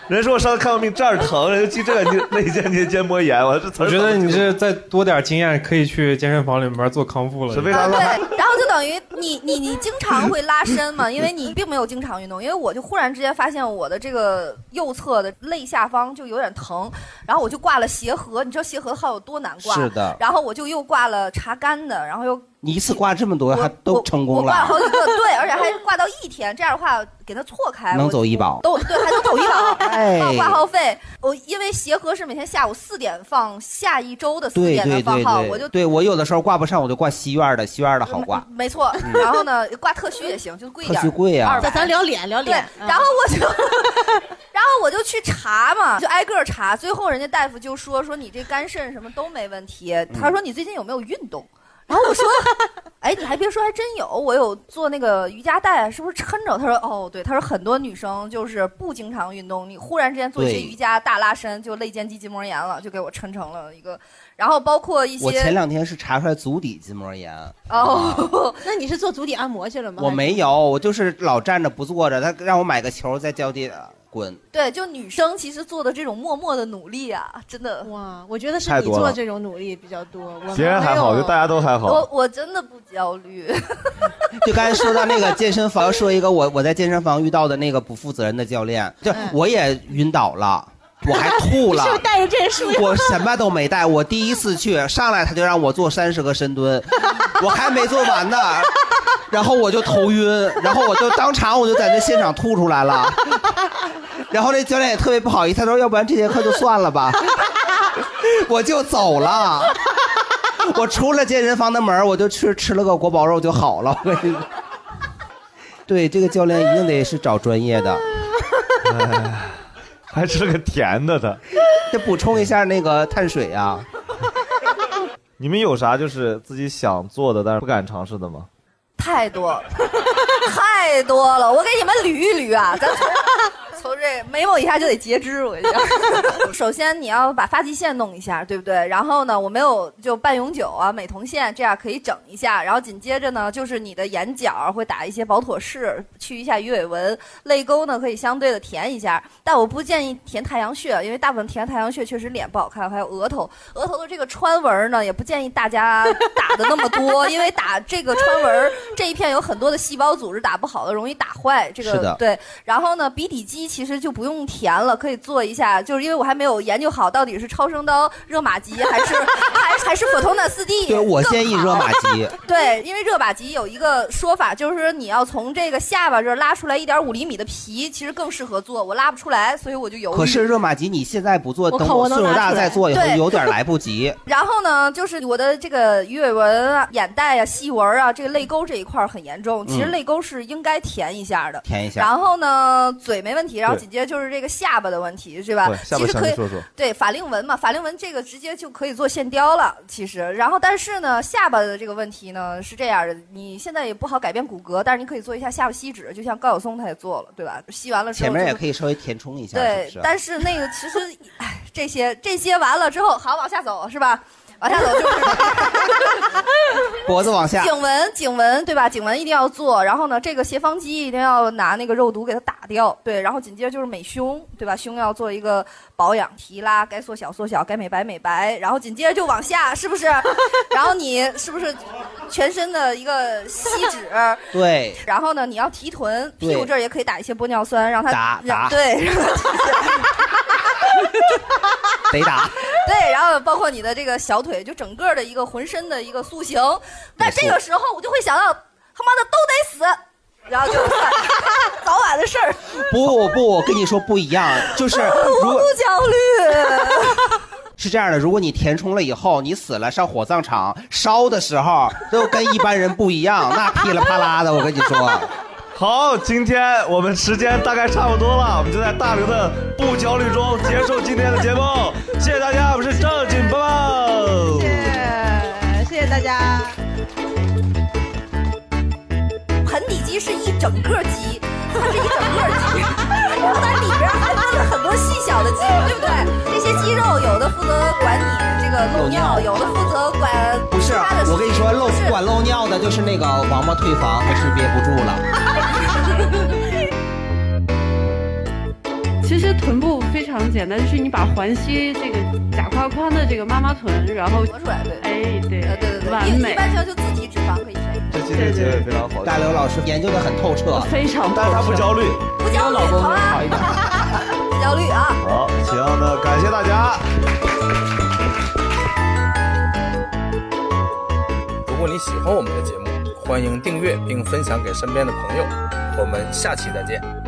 Speaker 2: 人说我上次看过病，这儿疼，人家记这个，你肋间肌筋膜炎，我这词
Speaker 14: 我
Speaker 2: 儿
Speaker 14: 觉得
Speaker 4: [LAUGHS]
Speaker 14: 你这再多点经验，可以去健身房里面做康复了。
Speaker 2: 是为啥
Speaker 6: 啊对，然后就等于你你你经常会拉伸
Speaker 4: [LAUGHS]
Speaker 6: 嘛，因为你并没有经常运动。因为我就忽然之间发现我的这个右侧的肋下方就有点疼，然后我就挂了鞋盒，你知道鞋盒号有多难挂？
Speaker 4: 是的
Speaker 6: 然后我就又挂了茶杆的，然后又 [LAUGHS]
Speaker 4: 你一次挂这么多，还都成
Speaker 6: 我
Speaker 4: 功
Speaker 6: 挂了
Speaker 4: 了，
Speaker 6: 好几个，对，而且还挂到一天。这样的话给它错开，
Speaker 4: 能
Speaker 6: 我
Speaker 4: 走医保。
Speaker 6: 都对，还能走医保，
Speaker 4: [LAUGHS] 哎
Speaker 6: 还有挂号费。我因为协和是每天下午四点放，下一周的四
Speaker 4: 对
Speaker 6: 点的
Speaker 4: 对
Speaker 6: 放
Speaker 4: 对
Speaker 6: 号，
Speaker 4: 对，
Speaker 6: 我就
Speaker 4: 对我有的时候挂不上，我就挂西院的，西院的好挂。
Speaker 6: 没错。
Speaker 4: 嗯
Speaker 6: 然后呢，挂特需也行，就是贵一点，
Speaker 4: 特需贵啊
Speaker 6: 200
Speaker 15: 咱咱聊脸聊脸嗯
Speaker 6: 对，然后我就， [LAUGHS] 然后我就去查嘛，就挨个儿查。最后人家大夫就说说你这肝肾什么都没问题，
Speaker 4: 嗯
Speaker 6: 他说你最近有没有运动？然后我说， [LAUGHS] 哎，你还别说，还真有，我有做那个瑜伽带，啊是不是抻着？他说，哦，对，他说很多女生就是不经常运动，你忽然之间做一些
Speaker 4: 对
Speaker 6: 瑜伽大拉伸，就肋间肌筋膜炎了，就给我抻成了一个。然后包括一些啊
Speaker 4: 我前两天是查出来足底筋膜炎，
Speaker 6: [LAUGHS] 哦，
Speaker 15: 那你是做足底按摩去了吗？
Speaker 6: 哎
Speaker 4: 我没有，我就是老站着不坐着，他让我买个球在脚底下呃滚。
Speaker 6: 对，就女生其实做的这种默默的努力啊，真的
Speaker 15: 哇，我觉得
Speaker 2: 是太你多做了
Speaker 15: 这种努力比较多，我
Speaker 2: 别人还好，就大家都还好。
Speaker 6: 我我真的不焦虑，
Speaker 4: 就刚才说到那个健身房，说一个我我在健身房遇到的那个不负责任的教练，就我也晕倒了，我还吐
Speaker 15: 嗯 [LAUGHS]
Speaker 4: 了。
Speaker 15: 你是不是带着这书呀
Speaker 4: 我什么都没带，我第一次去，上来他就让我做三十个深蹲，我还没做完呢，然后我就头晕，然后我就当场我就在那现场吐出来了。然后那教练也特别不好意思，他说要不然这节课就算了吧，我就走了。 [LAUGHS] 我出了健身房的门儿，我就去吃了个锅包肉就好了。我跟你说对，这个教练一定得是找专业的。
Speaker 2: [LAUGHS] 还吃了个甜的的，
Speaker 4: 得补充一下那个碳水啊。
Speaker 2: [LAUGHS] 你们有啥就是自己想做的，但是不敢尝试的吗？
Speaker 6: 太多 [LAUGHS] 了，太多了，我给你们捋一捋啊，咱从从这眉毛一下就得截肢，我跟你讲。首先你要把发际线弄一下，对不对？然后呢，我没有就半永久啊、美瞳线这样可以整一下，然后紧接着呢就是你的眼角会打一些保妥适，去一下鱼尾纹，泪沟呢可以相对的填一下，但我不建议填太阳穴，因为大部分填太阳穴确实脸不好看，还有额头，额头的这个穿纹儿呢也不建议大家打的那么多，因为打这个穿纹儿这一片有很多的细胞组织打不好的，容易打坏这
Speaker 5: 是
Speaker 6: 个
Speaker 5: 的
Speaker 6: 对。然后呢，鼻底肌其实就不用填了，可以做一下，就是因为我还没有研究好到底是超声刀热玛吉还是 [LAUGHS] 还是还是普通的四 D。
Speaker 4: 对，我建议热玛吉。
Speaker 6: [LAUGHS] 对，因为热玛吉有一个说法，就是说你要从这个下巴这儿拉出来一点五厘米的皮，其实更适合做。我拉不出来，所以我就犹豫。
Speaker 4: [LAUGHS] 可是热玛吉你现在不做，
Speaker 6: 我
Speaker 4: 等
Speaker 6: 靠我能
Speaker 4: 岁数
Speaker 6: 拿
Speaker 4: 大
Speaker 6: 出来
Speaker 4: 再做以后
Speaker 6: 对 [LAUGHS]
Speaker 4: 有点来不及。
Speaker 6: 然后呢，就是我的这个鱼尾纹啊、眼袋啊、细纹啊，这个泪沟这一块儿很严重。其实
Speaker 4: 嗯
Speaker 6: 泪沟是应该填一下的，
Speaker 4: 填一下
Speaker 6: 然后呢，嘴没问题，然后
Speaker 2: 对
Speaker 6: 紧接着就是这个下巴的问题，是吧
Speaker 2: 对？下
Speaker 6: 其
Speaker 2: 巴
Speaker 6: 实
Speaker 2: 详
Speaker 6: 可
Speaker 2: 细
Speaker 6: 以
Speaker 2: 说说
Speaker 6: 对法令纹嘛，法令纹这个直接就可以做线雕了，其实。然后但是呢，下巴的这个问题呢是这样的，你现在也不好改变骨骼，但是你可以做一下下巴吸脂，就像高晓松他也做了，对吧？吸完了之后
Speaker 4: 前面
Speaker 6: 就
Speaker 4: 也可以稍微填充一下，
Speaker 6: 对，
Speaker 4: 是不
Speaker 6: 但
Speaker 4: 是？
Speaker 6: 是那个其实，哎，这些这些完了之后，好往下走是吧？往下走就是
Speaker 4: 脖子往下，
Speaker 6: 颈纹，颈纹对吧？颈纹一定要做，然后呢，这个斜方肌一定要拿那个肉毒给它打掉，对，然后紧接着就是美胸，对吧？胸要做一个保养提拉，该缩小缩小，该美白美白，然后紧接着就往下，是
Speaker 4: [LAUGHS]
Speaker 6: 不是？然后你是不是全身的一个
Speaker 4: [LAUGHS]
Speaker 6: 吸脂？ [LAUGHS]
Speaker 4: 对
Speaker 6: 然后呢，你要提臀，
Speaker 4: 对
Speaker 6: 屁股这儿也可以打一些玻尿酸，让它
Speaker 4: 打
Speaker 6: 让
Speaker 4: 打
Speaker 6: 对。让它
Speaker 4: 得打。
Speaker 6: [LAUGHS] 对，然后包括你的这个小腿，就整个的一个浑身的一个塑形。但这个时候我就会想到，他妈的都得死，然后就算早晚 [LAUGHS] 的事儿，
Speaker 4: 不不不，我跟你说不一样，就是
Speaker 6: 我
Speaker 4: 如
Speaker 6: 不
Speaker 4: 果
Speaker 6: 焦虑。
Speaker 4: 是这样的，如果你填充了以后，你死了上火葬场烧的时候，都跟一般人不一样，那噼里啪啦的，我跟你说。
Speaker 2: 好，今天我们时间大概差不多了，我们就在大刘的不焦虑中结束今天的节目，谢谢大家，我们是正经报报。
Speaker 5: 谢谢谢大家。
Speaker 6: 盆底肌是一整个肌，它是一整个肌，然后它里边还分了很多细小的肌肉，对不对？这些肌肉有的负责管你这个漏尿，有的负责管
Speaker 4: 不是啊
Speaker 6: 其他的，事
Speaker 4: 我跟你说，漏
Speaker 6: 不是
Speaker 4: 管漏尿的就是那个王八退房，还是憋不住了。
Speaker 16: 其实臀部非常简单，就是你把环膝这个假胯宽的这个妈妈臀，然后
Speaker 6: 磨出来，对，
Speaker 16: 哎，对，对
Speaker 6: 呃对对
Speaker 16: 完
Speaker 6: 一
Speaker 16: 美
Speaker 6: 一。般上就自体脂肪可以筛。
Speaker 2: 这期的结尾非常好，
Speaker 4: 大刘老师研究的很透彻，
Speaker 16: 非常
Speaker 2: 但是他不焦虑。
Speaker 6: 不焦虑，好吧？ [LAUGHS] 不焦虑啊！
Speaker 2: 好，行，那感谢大家。
Speaker 1: [LAUGHS] 如果你喜欢我们的节目，欢迎订阅并分享给身边的朋友。我们下期再见。